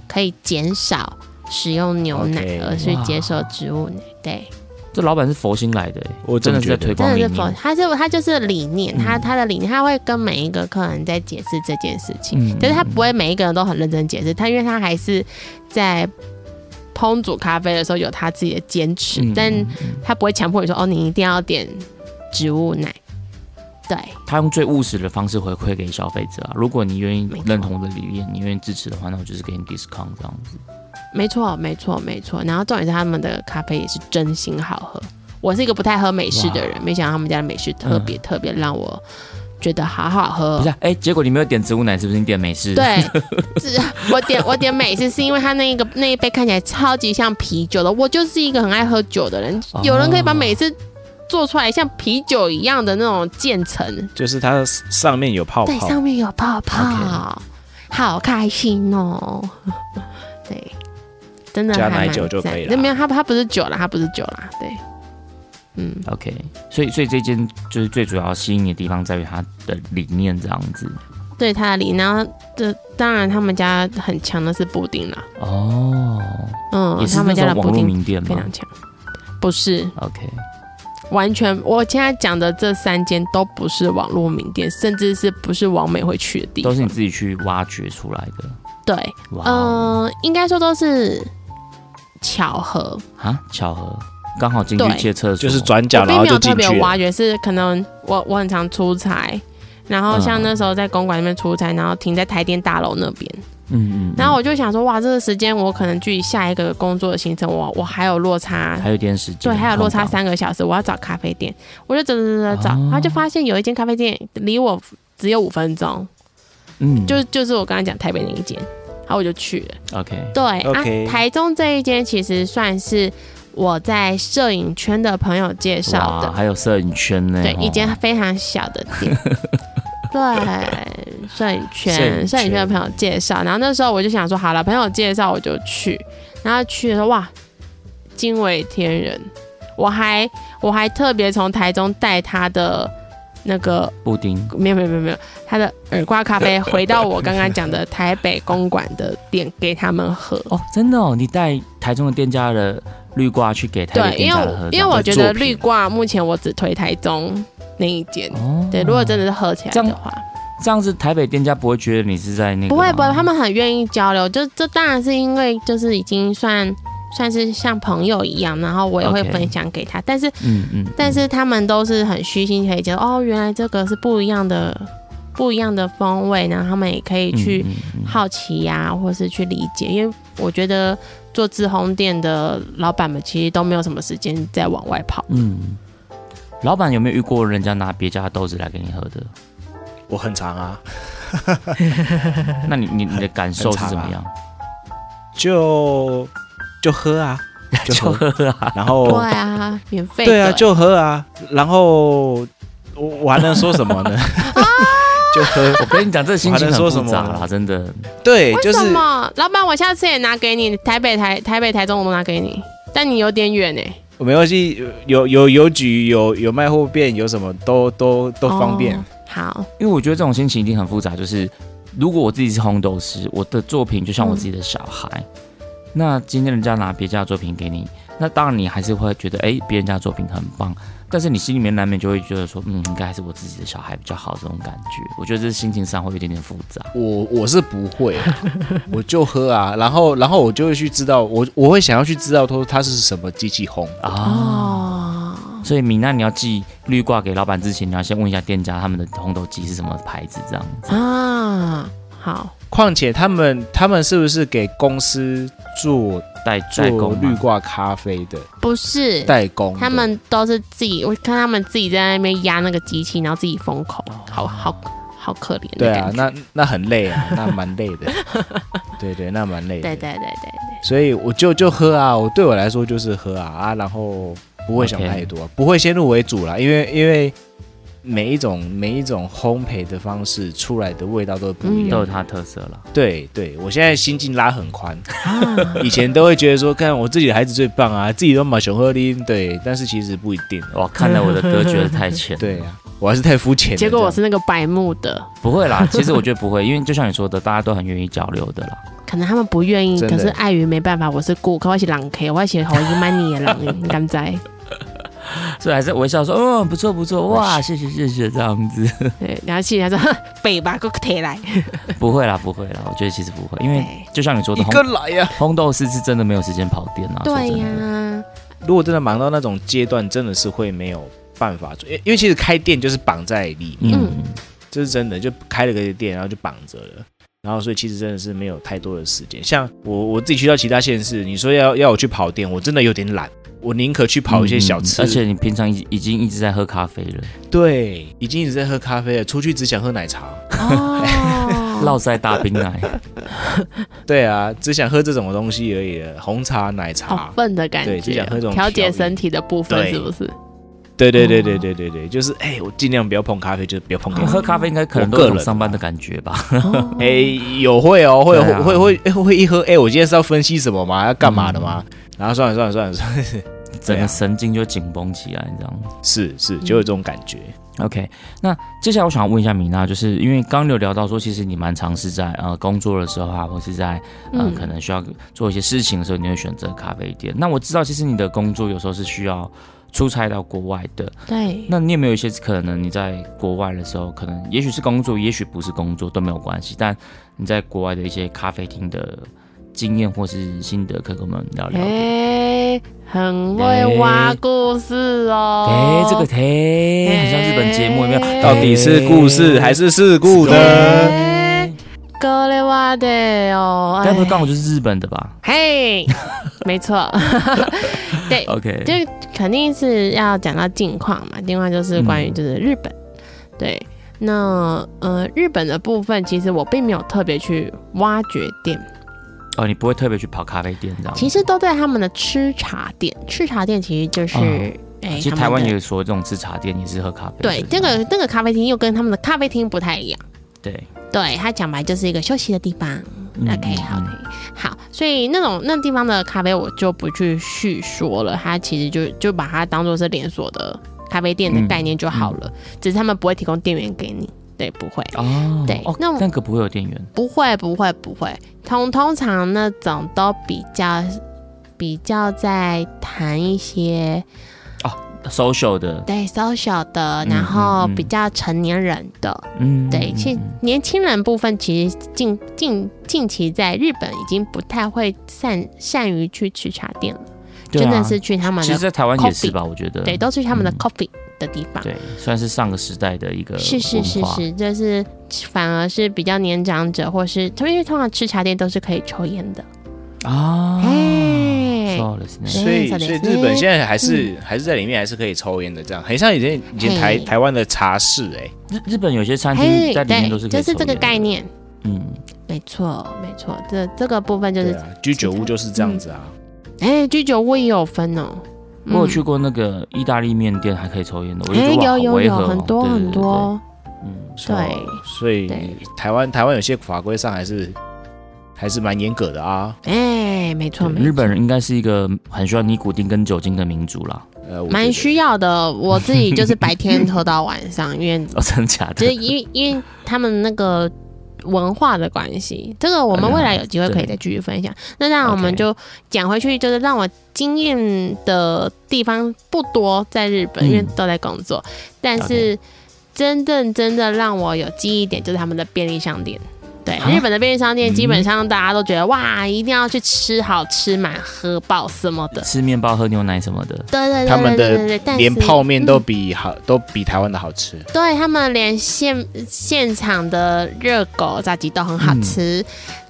Speaker 3: 可以减少使用牛奶
Speaker 1: OK，
Speaker 3: 而去
Speaker 2: 哇
Speaker 3: 接受植物奶。对，
Speaker 2: 欸，这老板是佛心来的欸，
Speaker 1: 我
Speaker 2: 真
Speaker 1: 真
Speaker 2: 的
Speaker 1: 的
Speaker 2: 是在
Speaker 1: 觉得
Speaker 2: 推
Speaker 3: 真
Speaker 2: 广
Speaker 3: 的
Speaker 2: 理
Speaker 3: 是否
Speaker 2: 念。
Speaker 3: 他是他就是理念，他
Speaker 2: 嗯
Speaker 3: 他的理念，他会跟每一个客人在解释这件事情，
Speaker 2: 嗯
Speaker 3: 但是他不会每一个人都很认真解释，他因为他还是在烹煮咖啡的时候有他自己的坚持，
Speaker 2: 嗯
Speaker 3: 但
Speaker 2: 嗯
Speaker 3: 他不会强迫你说哦，你一定要点植物奶。对，
Speaker 2: 他用最务实的方式回馈给消费者啊。如果你愿意认同我的理念，你愿意支持的话，那我就是给你 discount 这样子。
Speaker 3: 没错，没错，没错。然后重点是他们的咖啡也是真心好喝。我是一个不太喝美式的人，没想到他们家的美式特别特别让我觉得好好
Speaker 2: 嗯
Speaker 3: 喝。
Speaker 2: 不是、啊，哎、结果你没有点植物奶，是不是你点美式？，
Speaker 3: 对， 是我点我点美式是因为它那一个那一杯看起来超级像啤酒的。我就是一个很爱喝酒的人，
Speaker 2: 哦
Speaker 3: 有人可以把美式做出来像啤酒一样的那种渐层，
Speaker 1: 就是它上面有泡
Speaker 3: 对，
Speaker 1: 泡。
Speaker 3: 上面有泡泡好开心哦。 对，真的
Speaker 1: 加
Speaker 3: 还蛮
Speaker 1: 奶酒就
Speaker 3: 赞
Speaker 1: 可以
Speaker 3: 的
Speaker 1: 啦
Speaker 3: 没有，它它不是酒啦，它不是酒啦，对，嗯，
Speaker 2: OK，所以所以这间就是最主要吸引你的地方在于它的理念这样子。
Speaker 3: 对，它的梨，然后这当然他们家很强的是布丁啦，
Speaker 2: 哦，
Speaker 3: 嗯
Speaker 2: 也，是
Speaker 3: 他
Speaker 2: 那
Speaker 3: 们家
Speaker 2: 种
Speaker 3: 的布
Speaker 2: 网络
Speaker 3: 丁
Speaker 2: 名店
Speaker 3: 非
Speaker 2: 吗
Speaker 3: 常强，不是
Speaker 2: ？OK，
Speaker 3: 完全，我现在讲的这三间都不是网络名店，甚至是不是网美会去的地
Speaker 2: 都
Speaker 3: 方
Speaker 2: 是，你自己去挖掘出来的。
Speaker 3: 对，
Speaker 2: 哇、哦
Speaker 3: 嗯、应该说都是巧合，
Speaker 2: 啊，巧合，刚好进去
Speaker 3: 对
Speaker 2: 借厕所，
Speaker 1: 就是转角，
Speaker 3: 我
Speaker 1: 然
Speaker 3: 并
Speaker 1: 后
Speaker 3: 没
Speaker 1: 就
Speaker 3: 有特
Speaker 1: 进
Speaker 3: 别
Speaker 1: 去
Speaker 3: 挖
Speaker 1: 了。
Speaker 3: 掘，是可能我我很常出差，然后像
Speaker 2: 嗯
Speaker 3: 那时候在公馆那边出差，然后停在台电大楼那边，
Speaker 2: 嗯，嗯嗯，
Speaker 3: 然后我就想说，哇，这个时间我可能距离下一个工作的行程，我我还有落差。
Speaker 2: 还有一点时间，
Speaker 3: 对，还有落差
Speaker 2: 空档，
Speaker 3: 三个小时，我要找咖啡店，我就找找找找找，然后就发现有一间咖啡店离我只有五分钟，
Speaker 2: 嗯，
Speaker 3: 就就是我刚刚讲台北那一间，然后我就去了。
Speaker 2: OK，
Speaker 3: 对
Speaker 1: OK
Speaker 3: 啊，台中这一间其实算是我在摄影圈的朋友介绍
Speaker 2: 哇，
Speaker 3: 的，
Speaker 2: 还有摄影圈呢，
Speaker 3: 对，
Speaker 2: 吼
Speaker 3: 一间非常小的 店。对，
Speaker 1: 摄
Speaker 3: 摄影
Speaker 1: 影
Speaker 3: 圈，
Speaker 1: 圈
Speaker 3: 摄影圈的朋友介绍，然后那时候我就想说，好了，朋友介绍我就去，然后去的时候哇，惊为天人，我还我还特别从台中带他的那个
Speaker 2: 布丁，
Speaker 3: 没有没有没有没有，他的耳挂咖啡回到我刚刚讲的台北公馆的店给他们喝。
Speaker 2: 哦，真的哦，你带台中的店家的绿挂去给台
Speaker 3: 对
Speaker 2: 北，店
Speaker 3: 因为
Speaker 2: 家的喝
Speaker 3: 我
Speaker 2: 这样，
Speaker 3: 因为我觉
Speaker 1: 作
Speaker 3: 得
Speaker 1: 品
Speaker 3: 绿挂目前我只推台中那一间。
Speaker 2: 哦，
Speaker 3: 对，如果真的是喝起来
Speaker 2: 这
Speaker 3: 的
Speaker 2: 样
Speaker 3: 话，
Speaker 2: 这样子，台北店家不会觉得你是
Speaker 1: 啊
Speaker 2: 在那个
Speaker 3: 不会不会，
Speaker 2: 吗
Speaker 3: 他们很愿意交流。就这当然是因为就是已经算算是像朋友一样，然后我也会
Speaker 2: OK
Speaker 3: 分享给他。但是
Speaker 2: 嗯嗯，嗯
Speaker 3: 但是他们都是很虚心可以接受，
Speaker 1: 嗯
Speaker 3: 哦，原来这个是不一样的不一样的风味，然后他们也可以去、
Speaker 2: 嗯嗯嗯
Speaker 3: 好奇呀、或是去理解，因为我觉得做自烘店的老板们其实都没有什么时间在往外跑。
Speaker 2: 嗯，老板有没有遇过人家拿别家的豆子来给你喝的？
Speaker 1: 我很长啊，
Speaker 2: 那你你你的感受是怎么样？
Speaker 1: 就就喝 啊，就
Speaker 2: 就
Speaker 1: 喝，
Speaker 2: 喝啊，
Speaker 1: 然后
Speaker 3: 对啊，免费的
Speaker 1: 哦对啊，就喝啊，然后我我还能说什么呢？ 就喝，
Speaker 2: 我跟你讲，这心情
Speaker 1: 我还能说
Speaker 2: 很
Speaker 1: 什
Speaker 2: 复
Speaker 1: 么
Speaker 2: 杂啦，真的。
Speaker 1: 对，就是
Speaker 3: 为什么？老板，我下次也拿给你，台北台台北台中我都拿给你，但你有点远哎、
Speaker 1: 没关系，有有邮局有有卖货店，有什么都都都方便
Speaker 3: 哦。好，
Speaker 2: 因为我觉得这种心情一定很复杂。就是如果我自己是烘豆师，我的作品就像我自己的小孩。那今天人家拿别家的作品给你，那当然你还是会觉得，哎、别人家的作品很棒，但是你心里面难免就会觉得说，嗯，应该还是我自己的小孩比较好，这种感觉。我觉得这心情上会有一点点复杂。
Speaker 1: 我我是不会 啊，我就喝啊，然后然后我就会去知道，我我会想要去知道说它是什么机器烘。
Speaker 3: 哦，
Speaker 2: 所以米娜，你要寄绿挂给老板之前，你要先问一下店家他们的烘豆机是什么牌子，这样子。
Speaker 3: 啊，好，
Speaker 1: 况且他们他们是不是给公司做
Speaker 2: 代代
Speaker 1: 做
Speaker 2: 工
Speaker 1: 绿
Speaker 2: 吗？
Speaker 1: 挂咖啡的
Speaker 3: 不是，
Speaker 1: 代工的，
Speaker 3: 他们都是自己，我看他们自己在那边压那个机器，然后自己封口，好好好可怜
Speaker 1: 对
Speaker 3: 的
Speaker 1: 啊
Speaker 3: 感，觉。
Speaker 1: 那那很累啊， 那蛮累的，对对，那蛮累的，
Speaker 3: 对对对对
Speaker 1: 所以我就就喝啊，我对我来说就是喝啊啊，然后不会想
Speaker 2: OK
Speaker 1: 太多啊不会先入为主啦，因为因为每一种每一种烘焙的方式出来的味道都不一
Speaker 3: 嗯
Speaker 2: 都有
Speaker 1: 样。
Speaker 2: 它的特色了。
Speaker 1: 对对，我现在心境拉很宽，
Speaker 3: 啊
Speaker 1: 以前都会觉得说，看我自己的孩子最棒啊，自己都买熊喝啉，对，但是其实不一定。
Speaker 2: 哇，看来我的歌觉得太浅。
Speaker 1: 对啊，我还是太肤浅
Speaker 3: 对，
Speaker 1: 了。
Speaker 3: 结果我
Speaker 1: 这样
Speaker 3: 是那个白目的，
Speaker 2: 不会啦， 其实我觉得不会，因为就像你说的，大家都很愿意交流的啦。
Speaker 3: 可能他们不愿意，
Speaker 1: 真的
Speaker 3: 可是碍于没办法，我是顾客，我是人客，我是好一曼尼的人，你敢 在？
Speaker 2: 所以还是微笑说，嗯，不错不错， 哇，谢谢谢谢这样子。
Speaker 3: 对，然后气他说 哼北吧，给我提来。
Speaker 2: 不会啦，不会啦，我觉得其实不会，因为
Speaker 3: 对
Speaker 2: 就像你说的，
Speaker 1: 一个
Speaker 2: 烘
Speaker 1: 来啊呀、
Speaker 2: 烘豆师是真的没有时间跑店啊。
Speaker 3: 对
Speaker 2: 说真
Speaker 3: 呀、
Speaker 2: 的
Speaker 1: 如果真的忙到那种阶段，真的是会没有办法做，因为因为其实开店就是绑在里面。
Speaker 2: 嗯，
Speaker 1: 这是真的，就开了个店，然后就绑着了，然后所以其实真的是没有太多的时间。像我我自己去到其他县市，你说要要我去跑店，我真的有点懒，我宁可去跑一些小吃。
Speaker 2: 嗯而且你平常已已经一直在喝咖啡了，
Speaker 1: 对，已经一直在喝咖啡了，出去只想喝奶茶。
Speaker 3: 哦，
Speaker 2: 落塞大冰奶，
Speaker 1: 对啊，只想喝这种东西而已了，红茶、奶
Speaker 3: 好
Speaker 1: 茶。
Speaker 3: 笨的感
Speaker 1: 对就
Speaker 3: 觉啊
Speaker 1: 想喝这，种
Speaker 3: 调节
Speaker 1: 调饮
Speaker 3: 身体的部分
Speaker 1: 对啊
Speaker 3: 是不是？
Speaker 1: 对对对对对对对，就是哎、我尽量不要碰咖啡，就是不要碰咖啡。
Speaker 2: 哦喝咖啡应该可能都有种上班的感觉吧？
Speaker 3: 哦
Speaker 1: 哎、有会哦，会、
Speaker 2: 对啊
Speaker 1: 会会会会一喝，哎、我今天是要分析什么吗？要干嘛的吗？然后算了算了算了算了，
Speaker 2: 整个神经就紧绷起来，你知道吗
Speaker 1: 是是，就有这种感觉。
Speaker 2: ？OK，那接下来我想问一下米娜，就是因为刚刚有聊到说，其实你蛮尝试在呃工作的时候啊，或是在呃
Speaker 3: 嗯
Speaker 2: 可能需要做一些事情的时候，你会选择咖啡店。那我知道，其实你的工作有时候是需要出差到国外的，
Speaker 3: 对，
Speaker 2: 那你有没有一些可能你在国外的时候，可能也许是工作，也许不是工作都没有关系，但你在国外的一些咖啡厅的经验或是心得，可以跟我们聊聊？哎、
Speaker 3: 哎、很会挖故事哦。
Speaker 2: 这个嘿，很像日本节目有没有？
Speaker 1: 到底是故事还是事故呢？
Speaker 3: 哎格雷瓦的哦，
Speaker 2: 该不会刚好就是日本的吧
Speaker 3: 哎嘿，没错，对，
Speaker 2: ？OK，
Speaker 3: 哎就肯定是要讲到近况嘛，近况就是
Speaker 2: 嗯
Speaker 3: 关于就是日本，对。那呃，日本的部分其实我并没有特别去挖掘店，
Speaker 2: 哦，你不会特别去跑咖啡店这样？
Speaker 3: 其实都在他们的吃茶店。吃茶店其实就是
Speaker 2: 嗯
Speaker 3: 哎、
Speaker 2: 其实
Speaker 3: 他们
Speaker 2: 台湾
Speaker 3: 的
Speaker 2: 也有说这种吃茶店也是喝咖啡的。
Speaker 3: 对这个这个咖啡厅又跟他们的咖啡厅不太一样。
Speaker 2: 对
Speaker 3: 对，它讲白就是一个休息的地方。
Speaker 2: 嗯
Speaker 3: OK，好，
Speaker 2: 嗯
Speaker 3: 可以，好。所以那种那地方的咖啡我就不去叙说了，它其实就就把它当做是连锁的咖啡店的概念就好了，只是他们不会提供店员给你，对，不会。
Speaker 2: 嗯哦，
Speaker 3: 对
Speaker 2: 哦
Speaker 3: 那我
Speaker 2: 那个不会有店员
Speaker 3: 不会，不会，不会。通通常那种都比较比较在谈一些
Speaker 2: ，social 的，
Speaker 3: 对 social 的，
Speaker 2: 嗯
Speaker 3: 然后
Speaker 2: 嗯嗯
Speaker 3: 比较成年人的，
Speaker 2: 嗯，
Speaker 3: 对，
Speaker 2: 嗯
Speaker 3: 其实
Speaker 2: 嗯
Speaker 3: 年轻人部分其实近近近期在日本已经不太会善善于去吃茶店了，
Speaker 2: 对啊
Speaker 3: 真的是去他们
Speaker 2: 其实，
Speaker 3: 的
Speaker 2: 在台湾也是吧？我觉得
Speaker 3: 对，都去他们的
Speaker 2: 嗯
Speaker 3: coffee 的地方。
Speaker 2: 对，算是上个时代的一个
Speaker 3: 是是是
Speaker 2: 文化，
Speaker 3: 是，就是反而是比较年长者，或是因为通常吃茶店都是可以抽烟的，
Speaker 2: 啊，
Speaker 3: 哎、
Speaker 2: そうですね
Speaker 1: 所以，
Speaker 3: 对
Speaker 1: 所以
Speaker 3: 对
Speaker 1: 日本现在还是还是在里面还是可以抽烟的，这样很像以前以前台
Speaker 3: 嘿
Speaker 1: 台湾的茶室哎，
Speaker 2: 日日本有些餐厅
Speaker 3: 嘿，
Speaker 2: 在里面都是
Speaker 3: 哎对，
Speaker 2: 可以
Speaker 3: 就是
Speaker 2: 抽
Speaker 3: 这个
Speaker 2: 烟的
Speaker 3: 概，念，
Speaker 2: 嗯，
Speaker 3: 没错没错，这这个部分就
Speaker 1: 对
Speaker 3: 是，
Speaker 1: 啊，居酒屋就是这样子啊。
Speaker 3: 哎、居酒屋也有分哦，
Speaker 2: 我有去过那个意大利面店还可以抽烟的，我就觉得
Speaker 3: 哎、
Speaker 2: 哇
Speaker 3: 有
Speaker 2: 好
Speaker 3: 有
Speaker 2: 违
Speaker 3: 有
Speaker 2: 和哦，
Speaker 3: 很多
Speaker 2: 对
Speaker 3: 很，多，
Speaker 2: 对对对嗯，
Speaker 1: 是
Speaker 3: 对
Speaker 1: 吧所以
Speaker 3: 对
Speaker 1: 台湾台湾有些法规上还是还是蛮严格的啊。
Speaker 3: 哎、没错，没
Speaker 2: 对
Speaker 3: 错
Speaker 2: 日本人应该是一个很需要尼古丁跟酒精的民族啦，
Speaker 1: 呃，我觉
Speaker 3: 蛮
Speaker 1: 得
Speaker 3: 需要的。我自己就是白天喝到晚上，因为
Speaker 2: 哦，真的假
Speaker 3: 就是
Speaker 2: 的？
Speaker 3: 因为因为他们那个文化的关系，这个我们未来有机会可以再继续分享。那这样我们
Speaker 2: OK
Speaker 3: 就讲回去，就是让我经验的地方不多，在日本，
Speaker 2: 嗯
Speaker 3: 因为都在工作，但是真正真的让我有记忆点就是他们的便利商店。对，
Speaker 2: 啊
Speaker 3: 日本的便利商店基本上大家都觉得、哇，一定要去吃好吃满、喝爆什么的。
Speaker 2: 吃面包、喝牛奶什么的，
Speaker 3: 对对对对对对
Speaker 1: 他们的
Speaker 3: 对但是嗯
Speaker 1: 连泡面都比好都比台湾的好吃。嗯
Speaker 3: 对他们连现现场的热狗炸鸡都很好吃，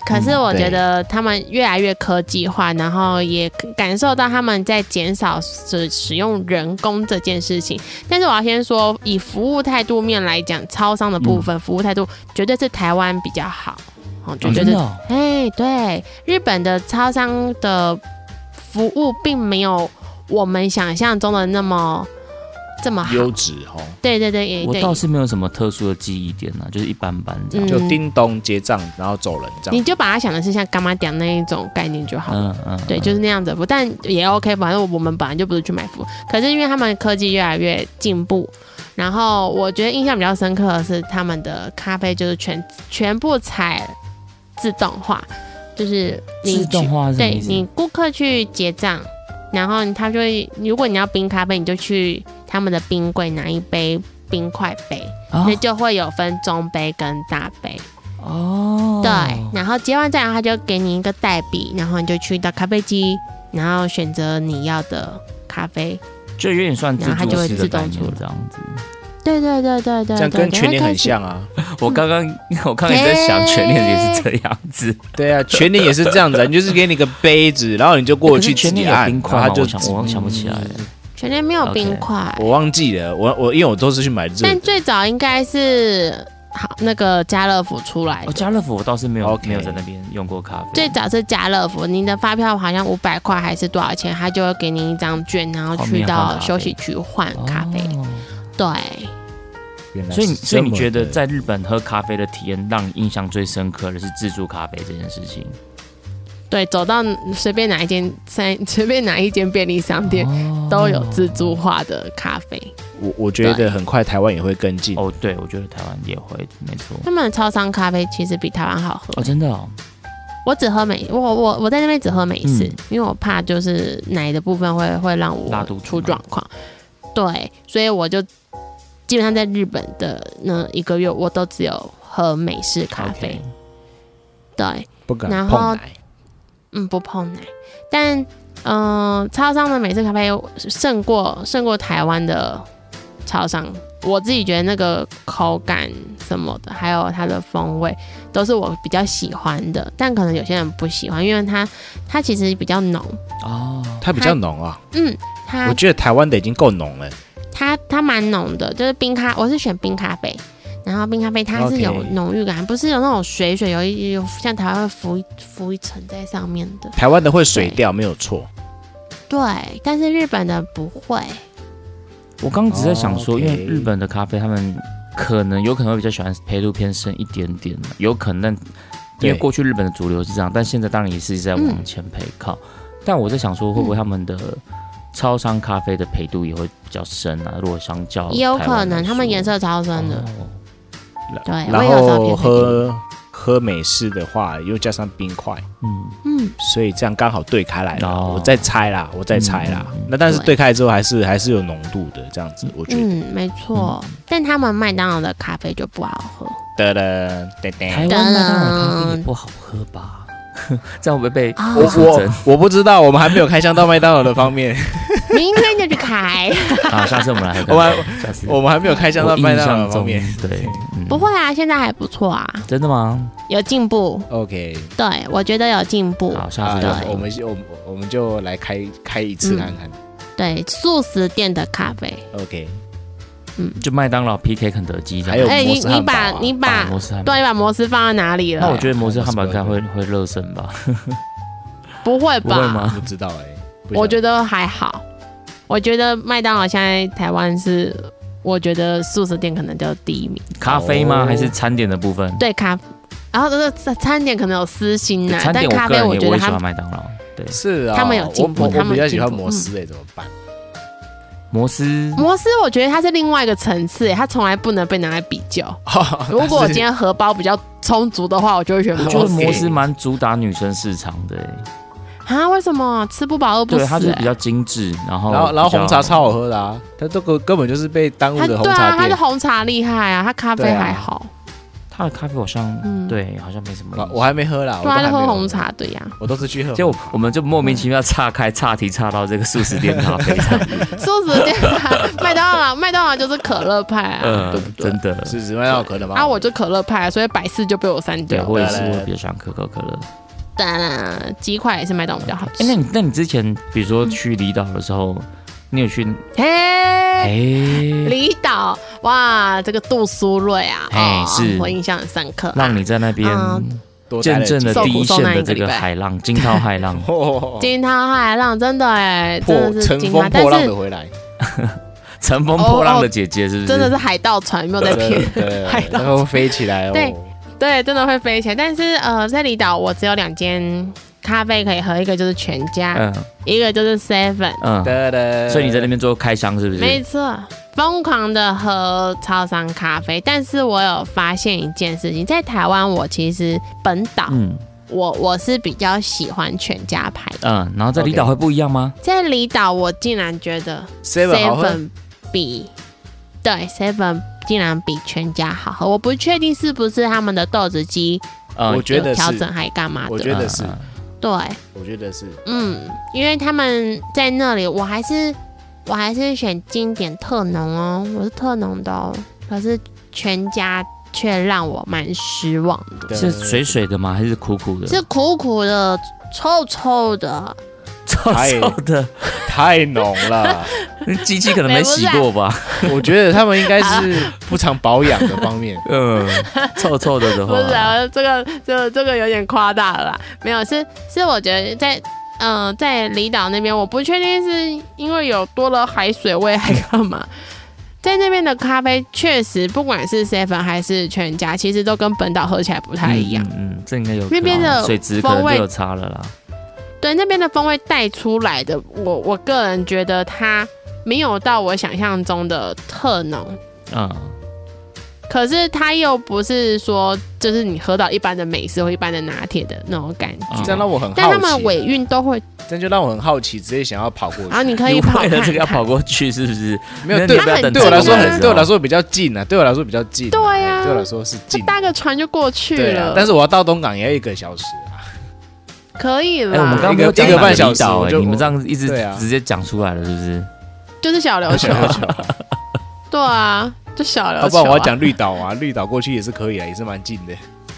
Speaker 3: 可是我觉得他们越来越科技化，然后也感受到他们在减少使使用人工这件事情。但是我要先说，以服务态度面来讲，超商的部
Speaker 1: 嗯
Speaker 3: 分、服务态度绝对是台湾比较好，哦，绝对
Speaker 2: 真
Speaker 3: 是
Speaker 2: 的哦
Speaker 3: 哎，对，日本的超商的服务并没有我们想象中的那么这么好。
Speaker 1: 优质哦，
Speaker 3: 对对对，也
Speaker 2: 我
Speaker 3: 对
Speaker 2: 倒，是没有什么特殊的记忆点啊，就是一般般这样。
Speaker 1: 就
Speaker 3: 嗯
Speaker 1: 叮咚结账然后走人这
Speaker 3: 你
Speaker 1: 样。
Speaker 3: 就把它想的是像干妈点那一种概念就好了。
Speaker 2: 嗯嗯，
Speaker 3: 对，
Speaker 2: 嗯
Speaker 3: 就是那样子的服务，但也 OK，反正我们本来就不是去买服务，可是因为他们科技越来越进步，然后我觉得印象比较深刻的是他们的咖啡就是全全部采自动化，就是你
Speaker 2: 自动
Speaker 3: 去
Speaker 2: 化是什么
Speaker 3: 对
Speaker 2: 意思
Speaker 3: 你顾客去结账，然后他就会，如果你要冰咖啡，你就去他们的冰柜拿一杯冰块杯，
Speaker 2: 啊
Speaker 3: 那就会有分中杯跟大杯。
Speaker 2: 哦，
Speaker 3: 对，然后结完账，他就给你一个代币，然后你就去到咖啡机，然后选择你要的咖啡。
Speaker 2: 就有点算自
Speaker 3: 然后它
Speaker 2: 助
Speaker 3: 就会
Speaker 2: 式的
Speaker 3: 自动
Speaker 2: 概念
Speaker 3: 出来
Speaker 2: 这样子。
Speaker 3: 对对对对对，
Speaker 1: 这样
Speaker 3: 对
Speaker 1: 跟
Speaker 3: 对
Speaker 1: 全
Speaker 3: 会
Speaker 1: 年
Speaker 3: 开
Speaker 1: 很
Speaker 3: 始
Speaker 1: 像啊，
Speaker 2: 我刚刚
Speaker 3: 嗯
Speaker 2: 我刚刚也在想，全年也是这样子。
Speaker 1: 对啊，全年也是这样子、 啊，你就是给你个杯子，然后你就过
Speaker 2: 可是
Speaker 1: 去自
Speaker 2: 全
Speaker 1: 己
Speaker 2: 年有
Speaker 1: 按，
Speaker 2: 冰
Speaker 1: 然
Speaker 2: 块
Speaker 1: 后
Speaker 2: 吗
Speaker 1: 他就
Speaker 2: 我想我想不起来了。
Speaker 3: 全年没有
Speaker 2: OK
Speaker 3: 冰块，
Speaker 1: 我忘记了，我我因为我都是去买热
Speaker 3: 但
Speaker 1: 的，
Speaker 3: 最早应该是好那个家乐福出来
Speaker 2: 哦，
Speaker 3: 的。
Speaker 2: 家乐福我倒是没有
Speaker 1: OK
Speaker 2: 没有在那边用过咖啡。
Speaker 3: 最早是家乐福，您的发票好像五百块还是多少钱，他就会给您一张券，然后
Speaker 2: 后
Speaker 3: 去
Speaker 2: 面换咖
Speaker 3: 到
Speaker 2: 啡
Speaker 3: 休息区换
Speaker 2: 哦
Speaker 3: 咖啡。对，
Speaker 1: 原来
Speaker 2: 所以你
Speaker 1: 是
Speaker 2: 所以你
Speaker 1: 这么
Speaker 2: 觉得
Speaker 1: 的
Speaker 2: 在日本喝咖啡的体验让你印象最深刻的是自助咖啡这件事情？
Speaker 3: 对，走到随便哪一间三 随便哪一间便利商店、
Speaker 2: 哦
Speaker 3: 都有自助化的咖啡。
Speaker 1: 我我觉得
Speaker 3: 对
Speaker 1: 很快台湾也会跟进，
Speaker 2: 哦，对，我觉得台湾也会，没错。
Speaker 3: 他们的超商咖啡其实比台湾好喝。
Speaker 2: 哦，真的哦，
Speaker 3: 我只喝美，我我我在那边只喝美式，
Speaker 2: 嗯
Speaker 3: 因为我怕就是奶的部分会会让
Speaker 2: 拉
Speaker 3: 我
Speaker 2: 肚子
Speaker 3: 出
Speaker 2: 吗
Speaker 3: 状况。对，所以我就基本上在日本的那一个月，我都只有喝美式咖啡。
Speaker 2: OK
Speaker 3: 对，
Speaker 1: 不敢
Speaker 3: 然后
Speaker 1: 碰奶。
Speaker 3: 嗯，不碰奶，但嗯、呃超商的美式咖啡胜过胜过台湾的超商，我自己觉得那个口感什么的，还有它的风味，都是我比较喜欢的。但可能有些人不喜欢，因为它它其实比较浓，
Speaker 2: 哦，
Speaker 1: 它比较浓啊，
Speaker 3: 嗯，
Speaker 1: 我
Speaker 3: 它
Speaker 1: 觉得台湾的已经够浓了。
Speaker 3: 它它蛮浓的，就是冰咖，我是选冰咖啡。然后冰咖啡它是
Speaker 1: OK
Speaker 3: 有浓郁感，不是有那种水水，有一有像台湾会浮一浮一层在上面的。
Speaker 1: 台湾的会水掉没有错，
Speaker 3: 对，但是日本的不会。
Speaker 2: 我刚刚只在想
Speaker 1: 哦
Speaker 2: 说，
Speaker 1: ，OK
Speaker 2: 因为日本的咖啡他们可能有可能会比较喜欢配度偏深一点点，有可能因为
Speaker 1: 对
Speaker 2: 过去日本的主流是这样，但现在当然也是在往前配
Speaker 1: 嗯
Speaker 2: 靠。但我在想说，会不会他们的超商咖啡的配度也会比较深啊？如果相较
Speaker 3: 也有可能他们颜
Speaker 2: 颜色
Speaker 3: 色超深
Speaker 2: 哦
Speaker 3: 的，对，哎我
Speaker 1: 然
Speaker 3: 也有照
Speaker 1: 后
Speaker 3: 片。
Speaker 1: 喝喝美式的话，又加上冰块，
Speaker 2: 嗯，
Speaker 3: 嗯，
Speaker 1: 所以这样刚好对开来了。
Speaker 2: 哦
Speaker 1: 我再猜啦，我再猜啦。
Speaker 2: 嗯嗯嗯
Speaker 1: 那但是
Speaker 3: 对
Speaker 1: 对开之后还是还是有浓度的，这样子我觉得。
Speaker 3: 嗯，没错，但他们麦当劳的咖啡就不好喝，
Speaker 1: 噔噔噔
Speaker 2: 台
Speaker 1: 噔，
Speaker 2: 湾麦当劳咖啡也不好喝吧？ 这样会不会被
Speaker 3: 哦
Speaker 1: 我
Speaker 2: 出征
Speaker 1: 我我不知道，我们还没有开箱到麦当劳的方面，
Speaker 3: 明天就去开。
Speaker 2: 啊？下次我们来喝
Speaker 1: 我
Speaker 2: 咖
Speaker 1: 还
Speaker 2: 啡，下次
Speaker 1: 我们还没有开箱到
Speaker 2: 我
Speaker 1: 麦
Speaker 2: 印
Speaker 1: 当劳
Speaker 2: 象
Speaker 1: 的
Speaker 2: 中
Speaker 1: 方面。
Speaker 2: 对，嗯
Speaker 3: 不会啊，现在还不错啊，
Speaker 2: 真的吗？
Speaker 3: 有进步。
Speaker 1: OK，
Speaker 3: 对，我觉得有进步。
Speaker 2: 好，下
Speaker 1: 啊
Speaker 2: 次
Speaker 3: 对
Speaker 2: 再
Speaker 1: 我们我们我们就来开开一次看看。
Speaker 3: 对，素食店的咖啡，
Speaker 2: 嗯
Speaker 3: 嗯
Speaker 1: OK，
Speaker 2: 就麦当劳 PK 肯德基这
Speaker 1: 还
Speaker 2: 样。
Speaker 1: 有
Speaker 3: 哎你
Speaker 1: 摩斯
Speaker 3: 你
Speaker 1: 汉堡
Speaker 3: 把
Speaker 1: 啊
Speaker 3: 你把
Speaker 2: 啊摩斯汉堡
Speaker 3: 对，你把摩斯放在哪里
Speaker 2: 那我
Speaker 3: 了？
Speaker 2: 觉得摩斯汉堡应该会
Speaker 1: 对啊
Speaker 2: 会热身吧？
Speaker 3: 不会
Speaker 2: 不会
Speaker 3: 吧？
Speaker 2: 吗
Speaker 1: 不？知道哎，不
Speaker 3: 我
Speaker 1: 晓
Speaker 3: 觉得还好。我觉得麦当劳现在台湾是，我觉得素食店可能就第一名。
Speaker 2: 咖啡
Speaker 1: 哦
Speaker 2: 吗？还是餐点的部分？
Speaker 3: 对咖，然后这个餐餐点可能有私心呐、
Speaker 2: 餐
Speaker 3: 但
Speaker 2: 点
Speaker 3: 咖
Speaker 2: 我个
Speaker 3: 啡
Speaker 2: 人
Speaker 3: 我
Speaker 2: 也
Speaker 3: 觉
Speaker 2: 我
Speaker 3: 得
Speaker 2: 也喜
Speaker 3: 它
Speaker 2: 欢麦当劳。对，
Speaker 1: 是啊，
Speaker 3: 他们有进步
Speaker 1: 我
Speaker 3: 他
Speaker 1: 我
Speaker 3: 们
Speaker 1: 我比较
Speaker 3: 有
Speaker 1: 喜
Speaker 3: 进
Speaker 1: 欢
Speaker 3: 步嗯
Speaker 1: 摩斯哎，怎么办？
Speaker 2: 摩斯
Speaker 3: 摩斯，我觉得它是另外一个层次耶，它从来不能被拿来比 较。 如果我今天荷包比较充足的话，我就会选
Speaker 2: 我
Speaker 3: 摩
Speaker 2: 觉得
Speaker 3: 斯
Speaker 1: 摩
Speaker 2: 摩斯蛮主打女生市场的欸，
Speaker 3: 啊。为什么吃不饱饿不欸
Speaker 2: 对，它就
Speaker 3: 死
Speaker 2: 是比
Speaker 3: 耶？
Speaker 2: 较精致，然后
Speaker 1: 然后然后
Speaker 2: 比较
Speaker 1: 红茶超好喝的啊，它都根根本就是被耽误
Speaker 3: 它
Speaker 1: 的红
Speaker 3: 对啊，
Speaker 1: 茶
Speaker 3: 它
Speaker 1: 店
Speaker 3: 的。红茶厉害啊，它咖啡
Speaker 1: 对啊
Speaker 3: 还好。
Speaker 2: 他的咖啡好像，
Speaker 3: 嗯
Speaker 2: 对，好像没什么
Speaker 1: 我
Speaker 2: 印象。
Speaker 1: 我还没喝啦，我
Speaker 3: 对
Speaker 1: 都
Speaker 3: 啊，
Speaker 1: 还
Speaker 3: 就
Speaker 1: 没
Speaker 3: 喝
Speaker 1: 有
Speaker 3: 红，茶的呀。
Speaker 1: 我都是去喝。
Speaker 2: 就我们就莫名其妙岔开岔题岔到这个素食店咖啡上，
Speaker 3: 素食店啊， 麦当劳，麦当劳就是可乐派啊，
Speaker 2: 呃
Speaker 3: 对不，对
Speaker 2: 真？的，
Speaker 1: 是只卖到可乐吗？
Speaker 3: 啊，我就可乐派，所以百事就被我删
Speaker 2: 对，
Speaker 3: 掉。
Speaker 2: 我也是，
Speaker 1: 来来
Speaker 2: 我比较喜欢可口可乐。
Speaker 3: 当然，鸡块也是麦当劳比较好
Speaker 2: 哎，那
Speaker 3: 吃。
Speaker 2: 你那你之前比如
Speaker 3: 嗯
Speaker 2: 说去离岛的时候，你有去？
Speaker 3: 哎，
Speaker 2: 哎，
Speaker 3: 离岛哇，这个杜苏芮啊，
Speaker 2: 哎
Speaker 3: 哦
Speaker 2: 是
Speaker 3: 我印象很深刻啊。
Speaker 2: 让你在那边
Speaker 3: 嗯
Speaker 1: 多待
Speaker 2: 见证了
Speaker 1: 几。
Speaker 3: 受
Speaker 2: 第
Speaker 3: 苦
Speaker 2: 一
Speaker 3: 受
Speaker 2: 线
Speaker 3: 难
Speaker 2: 的
Speaker 3: 一个
Speaker 2: 这
Speaker 3: 礼
Speaker 2: 个
Speaker 3: 拜
Speaker 2: 海浪，惊涛骇浪
Speaker 1: 哦
Speaker 3: 惊涛骇浪，真的哎，真
Speaker 1: 破
Speaker 3: 的是
Speaker 1: 乘
Speaker 3: 惊
Speaker 1: 风
Speaker 3: 涛，但
Speaker 1: 破浪的
Speaker 3: 是
Speaker 1: 回来，
Speaker 2: 乘风破浪的姐姐是不是？
Speaker 3: 哦真的是海盗船，没有在
Speaker 1: 对
Speaker 3: 骗。
Speaker 1: 对，对
Speaker 3: 海盗
Speaker 1: 然后飞起来哦。
Speaker 3: 对对，真的会飞起来。但是呃，在离岛我只有两间咖啡可以喝，一个就是全家，
Speaker 2: 嗯
Speaker 3: 一个就是 Seven。
Speaker 2: 嗯，
Speaker 1: 哒哒
Speaker 2: 所以你在那边做开箱是不
Speaker 3: 没
Speaker 2: 是？
Speaker 3: 错，疯狂的喝超商咖啡。但是我有发现一件事情，在台湾我其实本岛、
Speaker 2: 嗯
Speaker 3: 我我是比较喜欢全家牌的，
Speaker 2: 嗯，然后在离岛
Speaker 1: OK
Speaker 2: 会不一样吗？
Speaker 3: 在离岛我竟然觉得
Speaker 1: seven 好 喝，
Speaker 3: 比对 Seven 竟然比全家好喝。我不确定是不是他们的豆子机
Speaker 2: 嗯，
Speaker 1: 我觉
Speaker 3: 有
Speaker 1: 得
Speaker 3: 调
Speaker 1: 是，
Speaker 3: 整还干嘛
Speaker 1: 我
Speaker 3: 的
Speaker 1: 觉，得是
Speaker 2: 嗯，嗯
Speaker 3: 对。
Speaker 1: 我觉得是，
Speaker 3: 嗯，因为他们在那里，我还是我还是选经典特浓哦，我是特浓的哦。可是全家却让我蛮失望的，
Speaker 1: 对
Speaker 2: 是水水的吗？还是苦苦的？
Speaker 3: 是苦苦的、臭臭的，
Speaker 2: 臭臭 的，
Speaker 1: 太浓了。
Speaker 2: 机器可能没
Speaker 3: 啊
Speaker 2: 洗 过吧？。
Speaker 1: 我觉得他们应该 是不常保养的方面
Speaker 2: 嗯，臭臭的的
Speaker 3: 不
Speaker 2: 话，嗯
Speaker 3: 是、啊、这个这个这个有点夸大了啦，没有是是我觉得在。嗯、在离岛那边，我不确定是因为有多了海水味还干嘛， 在那边的咖啡确实，不管是 seven 还是全家，其实都跟本岛喝起来不太一样。
Speaker 2: 嗯，嗯，嗯这应该有可能
Speaker 3: 那边的
Speaker 2: 水质可能
Speaker 3: 风味
Speaker 2: 就有差了啦。
Speaker 3: 对那边的风味带出来的，我我个人觉得它没有到我想象中的特浓，
Speaker 2: 嗯，
Speaker 3: 可是它又不是说就是你喝到一般的美式或一般的拿铁的那种感觉。
Speaker 2: 嗯
Speaker 1: 这样让我很啊好奇，啊
Speaker 3: 但他们尾韵都会，
Speaker 1: 这样就让我很好奇，直接想要跑过
Speaker 3: 然后
Speaker 1: 去。
Speaker 3: 你可以
Speaker 2: 你
Speaker 3: 跑
Speaker 2: 为
Speaker 3: 看
Speaker 2: 了这个要
Speaker 3: 看
Speaker 2: 跑过去是不是？
Speaker 1: 没有
Speaker 2: 那
Speaker 1: 对
Speaker 2: 你不要等
Speaker 1: 对我来说
Speaker 3: 很
Speaker 1: 很，啊对我来说比较近啊，对我来说比较近啊。
Speaker 3: 对啊
Speaker 1: 对我来说是
Speaker 3: 就
Speaker 1: 近啊。
Speaker 3: 搭个船就过去
Speaker 1: 对啊
Speaker 3: 了。，
Speaker 1: 但是我要到东港也要一个小时啊。
Speaker 3: 可以
Speaker 2: 哎、
Speaker 3: 啦，
Speaker 2: 我们刚刚没有
Speaker 1: 一个
Speaker 2: 讲
Speaker 1: 一个
Speaker 2: 哪
Speaker 1: 半小
Speaker 2: 离岛
Speaker 1: 时我
Speaker 2: 哎、
Speaker 1: 就
Speaker 2: 你们这样一直
Speaker 1: 对啊
Speaker 2: 直接讲出来了，是不是？
Speaker 3: 就是小琉球， 对啊，就小琉球、
Speaker 1: 要
Speaker 3: 啊。
Speaker 1: 不然我要讲绿岛啊，绿岛过去也是可以啊，也是蛮近的。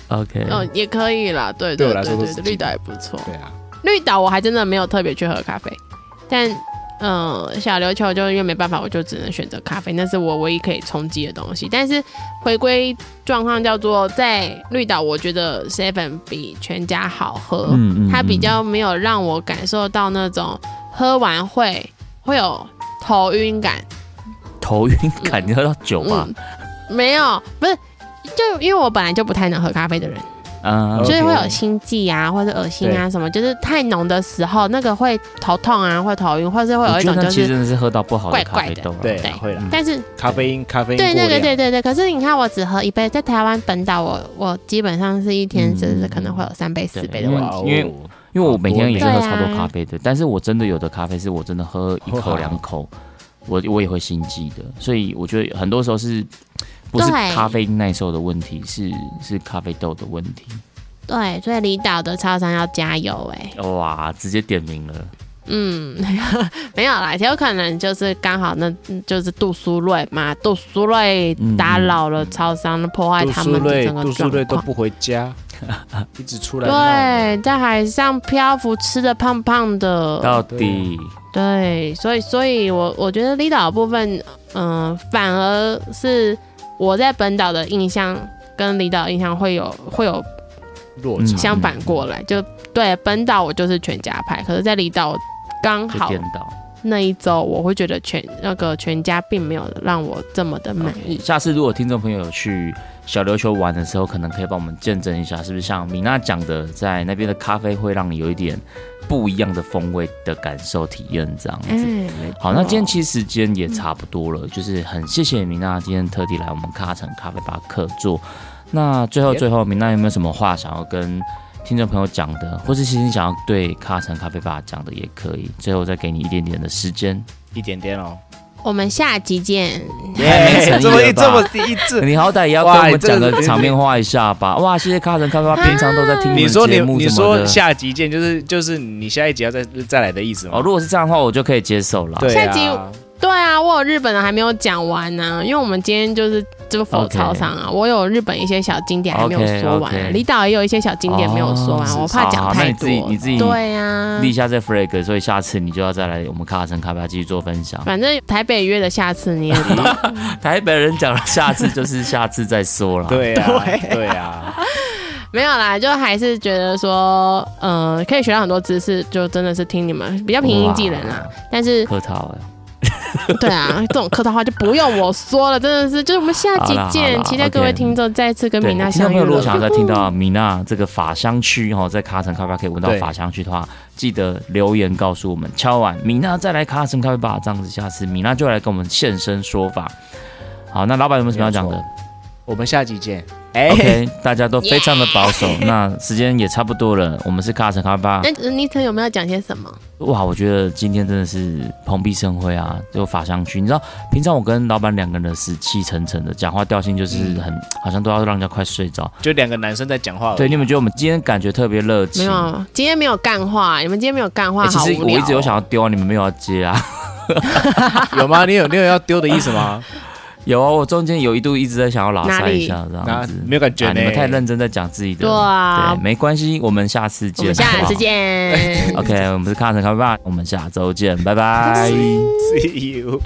Speaker 2: OK，、
Speaker 3: 嗯，也可以啦，对
Speaker 1: 对我
Speaker 3: 对
Speaker 1: 来说
Speaker 3: 对
Speaker 1: 都
Speaker 3: 对
Speaker 1: 是
Speaker 3: 对，
Speaker 1: 近
Speaker 3: 绿岛也不错。
Speaker 1: 对啊，
Speaker 3: 绿岛我还真的没有特别去喝咖啡，但嗯、呃小琉球就因为没办法，我就只能选择咖啡，那是我唯一可以冲击的东西。但是回归状况叫做在绿岛，我觉得 Seven 比全家好喝，
Speaker 2: 嗯
Speaker 3: 它比较没有让我感受到那种喝完会会有头晕感，
Speaker 2: 头晕感，你喝到酒吧？
Speaker 3: 嗯，没有，不是。就因为我本来就不太能喝咖啡的人，
Speaker 2: 嗯，
Speaker 1: OK
Speaker 3: 就是会有心悸啊，或者恶心啊什么，就是太浓的时候，那个会头痛啊，会头晕，或是会有
Speaker 2: 我
Speaker 3: 一
Speaker 2: 觉
Speaker 3: 种
Speaker 2: 得
Speaker 3: 就
Speaker 2: 那其实
Speaker 3: 是，
Speaker 2: 真的是喝到不好的
Speaker 3: 怪
Speaker 2: 咖啡
Speaker 3: 怪的
Speaker 2: 豆了。
Speaker 1: 对
Speaker 3: 对
Speaker 1: 啊，会啦。
Speaker 3: 但是
Speaker 1: 咖啡因，咖啡因
Speaker 3: 对
Speaker 1: 过
Speaker 3: 那个对
Speaker 1: 量，
Speaker 3: 对对，可是你看我只喝一杯，在台湾本岛我我基本上是一天
Speaker 2: 嗯
Speaker 3: 就是可能会有三杯四
Speaker 2: 对
Speaker 3: 杯
Speaker 2: 因
Speaker 3: 的
Speaker 2: 为
Speaker 3: 问题，
Speaker 1: 哇哦
Speaker 2: 因为因为我每天也是喝超
Speaker 3: 对
Speaker 2: 多
Speaker 3: 啊
Speaker 2: 咖啡的，但是我真的有的咖啡是我真的喝一口
Speaker 1: 哇
Speaker 2: 两口，我我也会心悸的，所以我觉得很多时候是不是
Speaker 3: 对
Speaker 2: 咖啡因耐受的问题，是是咖啡豆的问题。
Speaker 3: 对，所以离岛的超商要加油哎、
Speaker 2: 哇，直接点名了，
Speaker 3: 嗯，没有啦，有可能就是刚好那就是杜苏芮嘛，杜苏芮打扰了超商，破坏
Speaker 1: 杜
Speaker 3: 他
Speaker 1: 苏
Speaker 3: 们的
Speaker 1: 芮，
Speaker 3: 整个
Speaker 1: 杜苏芮
Speaker 3: 状
Speaker 1: 都
Speaker 3: 况。
Speaker 1: 不回家， 一直出来闹。
Speaker 3: 对，在海上漂浮，吃的胖胖的，
Speaker 2: 到底
Speaker 1: 啊
Speaker 3: 对，所以所以我我觉得离岛的部分，嗯、反而是我在本岛的印象跟离岛的印象会有会有
Speaker 1: 落差
Speaker 2: 嗯
Speaker 3: 相反过来，就对本岛我就是全家派，可是在离岛刚
Speaker 2: 就
Speaker 3: 好
Speaker 2: 颠倒。
Speaker 3: 那一周，我会觉得全那个全家并没有让我这么的满意。
Speaker 2: 下次如果听众朋友有去小琉球玩的时候，可能可以帮我们见证一下，是不是像米娜讲的，在那边的咖啡会让你有一点不一样的风味的感受体验这样子。
Speaker 3: 嗯，
Speaker 2: 好，那今天其实时间也差不多了，就是很谢谢米娜今天特地来我们卡城咖啡吧客座。那最后
Speaker 1: Yep
Speaker 2: 最后，米娜有没有什么话想要跟听众朋友讲的，或是其实想要对卡城咖啡吧讲的也可以。最后再给你一点点的时间，
Speaker 1: 一点点哦。
Speaker 3: 我们下集见。
Speaker 1: 嗯
Speaker 2: 太没诚意
Speaker 1: 这么一
Speaker 2: 了吧
Speaker 1: 这么一字，
Speaker 2: 你好歹也要跟我
Speaker 1: 哇
Speaker 2: 们
Speaker 1: 这个
Speaker 2: 讲个
Speaker 1: 是
Speaker 2: 场面话一下吧。哇，谢谢卡神咖啡吧，平常都在 听
Speaker 1: 你
Speaker 2: 们
Speaker 1: 说你
Speaker 2: 节目
Speaker 1: 你
Speaker 2: 什么
Speaker 1: 说
Speaker 2: 的。
Speaker 1: 下集见，就是就是你下一集要再再来的意思吗？
Speaker 2: 哦，如果是这样的话，我就可以接受了。
Speaker 1: 对、啊，
Speaker 3: 下集对啊，我有日本的还没有讲完呢、因为我们今天就是这否
Speaker 2: 哦 OK
Speaker 3: 操场啊我有日本一些小经典还没有说完、啊
Speaker 2: OK，OK
Speaker 3: 离岛也有一些小经典没有说完，
Speaker 2: 哦
Speaker 3: 我怕
Speaker 2: 好
Speaker 3: 讲
Speaker 2: 那
Speaker 3: 太
Speaker 2: 你
Speaker 3: 多。
Speaker 2: 自己你自己
Speaker 3: 对啊呀、
Speaker 2: 立下这 flag，所以下次你就要再来我们卡神咖啡吧继续做分享。
Speaker 1: 啊
Speaker 3: 反正台北约的下次你也 懂。
Speaker 2: 台北人讲了，下次就是下次再说了。，
Speaker 1: 对啊，对啊，
Speaker 3: 没有啦，就还是觉得说，嗯、可以学到很多知识，就真的是听你们比较平易近人啊啦
Speaker 2: 哇。
Speaker 3: 但是，
Speaker 2: 客套啊了。
Speaker 3: 对啊，这种客套话就不用我说了，真的是，就是我们下
Speaker 2: 好
Speaker 3: 集
Speaker 2: 啦好
Speaker 3: 见
Speaker 2: 啦，
Speaker 3: 期待各
Speaker 2: OK
Speaker 3: 位听众再次跟
Speaker 2: 对，
Speaker 3: 米娜
Speaker 2: 听众
Speaker 3: 相
Speaker 2: 朋
Speaker 3: 遇
Speaker 2: 友如果想
Speaker 3: 了。
Speaker 2: 要再听到米娜这个法香区哈，在卡城咖啡吧可以闻到
Speaker 1: 对
Speaker 2: 法香区的话，记得留言告诉我们。敲完米娜再来卡城咖啡吧，这样子下次米娜就来跟我们现身说法。好，那老板有没有什么要讲
Speaker 1: 没
Speaker 2: 的
Speaker 1: 有我们下集见。哎、
Speaker 2: ？OK，大家都非常的保守，那时间也差不多了。我们是卡城咖啡吧。
Speaker 3: 那呃妮特有没有讲些什么？
Speaker 2: 哇，我觉得今天真的是蓬荜生辉啊！就法香区，你知道，平常我跟老板两个人的死气沉沉的，讲话调性就是
Speaker 3: 嗯
Speaker 2: 很，好像都要让人家快睡着。
Speaker 1: 就两个男生在讲话而已。
Speaker 2: 对，你们觉得我们今天感觉特别热情？
Speaker 3: 没有，今天没有干话，你们今天没有干话，
Speaker 2: 欸其
Speaker 3: 好
Speaker 2: 实
Speaker 3: 无
Speaker 2: 我
Speaker 3: 聊。
Speaker 2: 一直有想要丢啊，你们没有要接啊。
Speaker 1: 有吗？你有你有要丢的意思吗？
Speaker 2: 有啊，我中间有一度一直在想要拉塞一下这样
Speaker 1: 那
Speaker 2: 子。
Speaker 1: 没有感觉
Speaker 2: 啊，
Speaker 1: 呢、
Speaker 2: 你 们太认真在讲自己的。
Speaker 3: 欸对啊
Speaker 2: 对，没关系，我们下次
Speaker 3: 我
Speaker 2: 见。
Speaker 3: 们下次
Speaker 2: 好
Speaker 3: 见
Speaker 2: 不。好。OK，我们是卡城咖啡吧，我们下周见，拜拜。
Speaker 1: See you.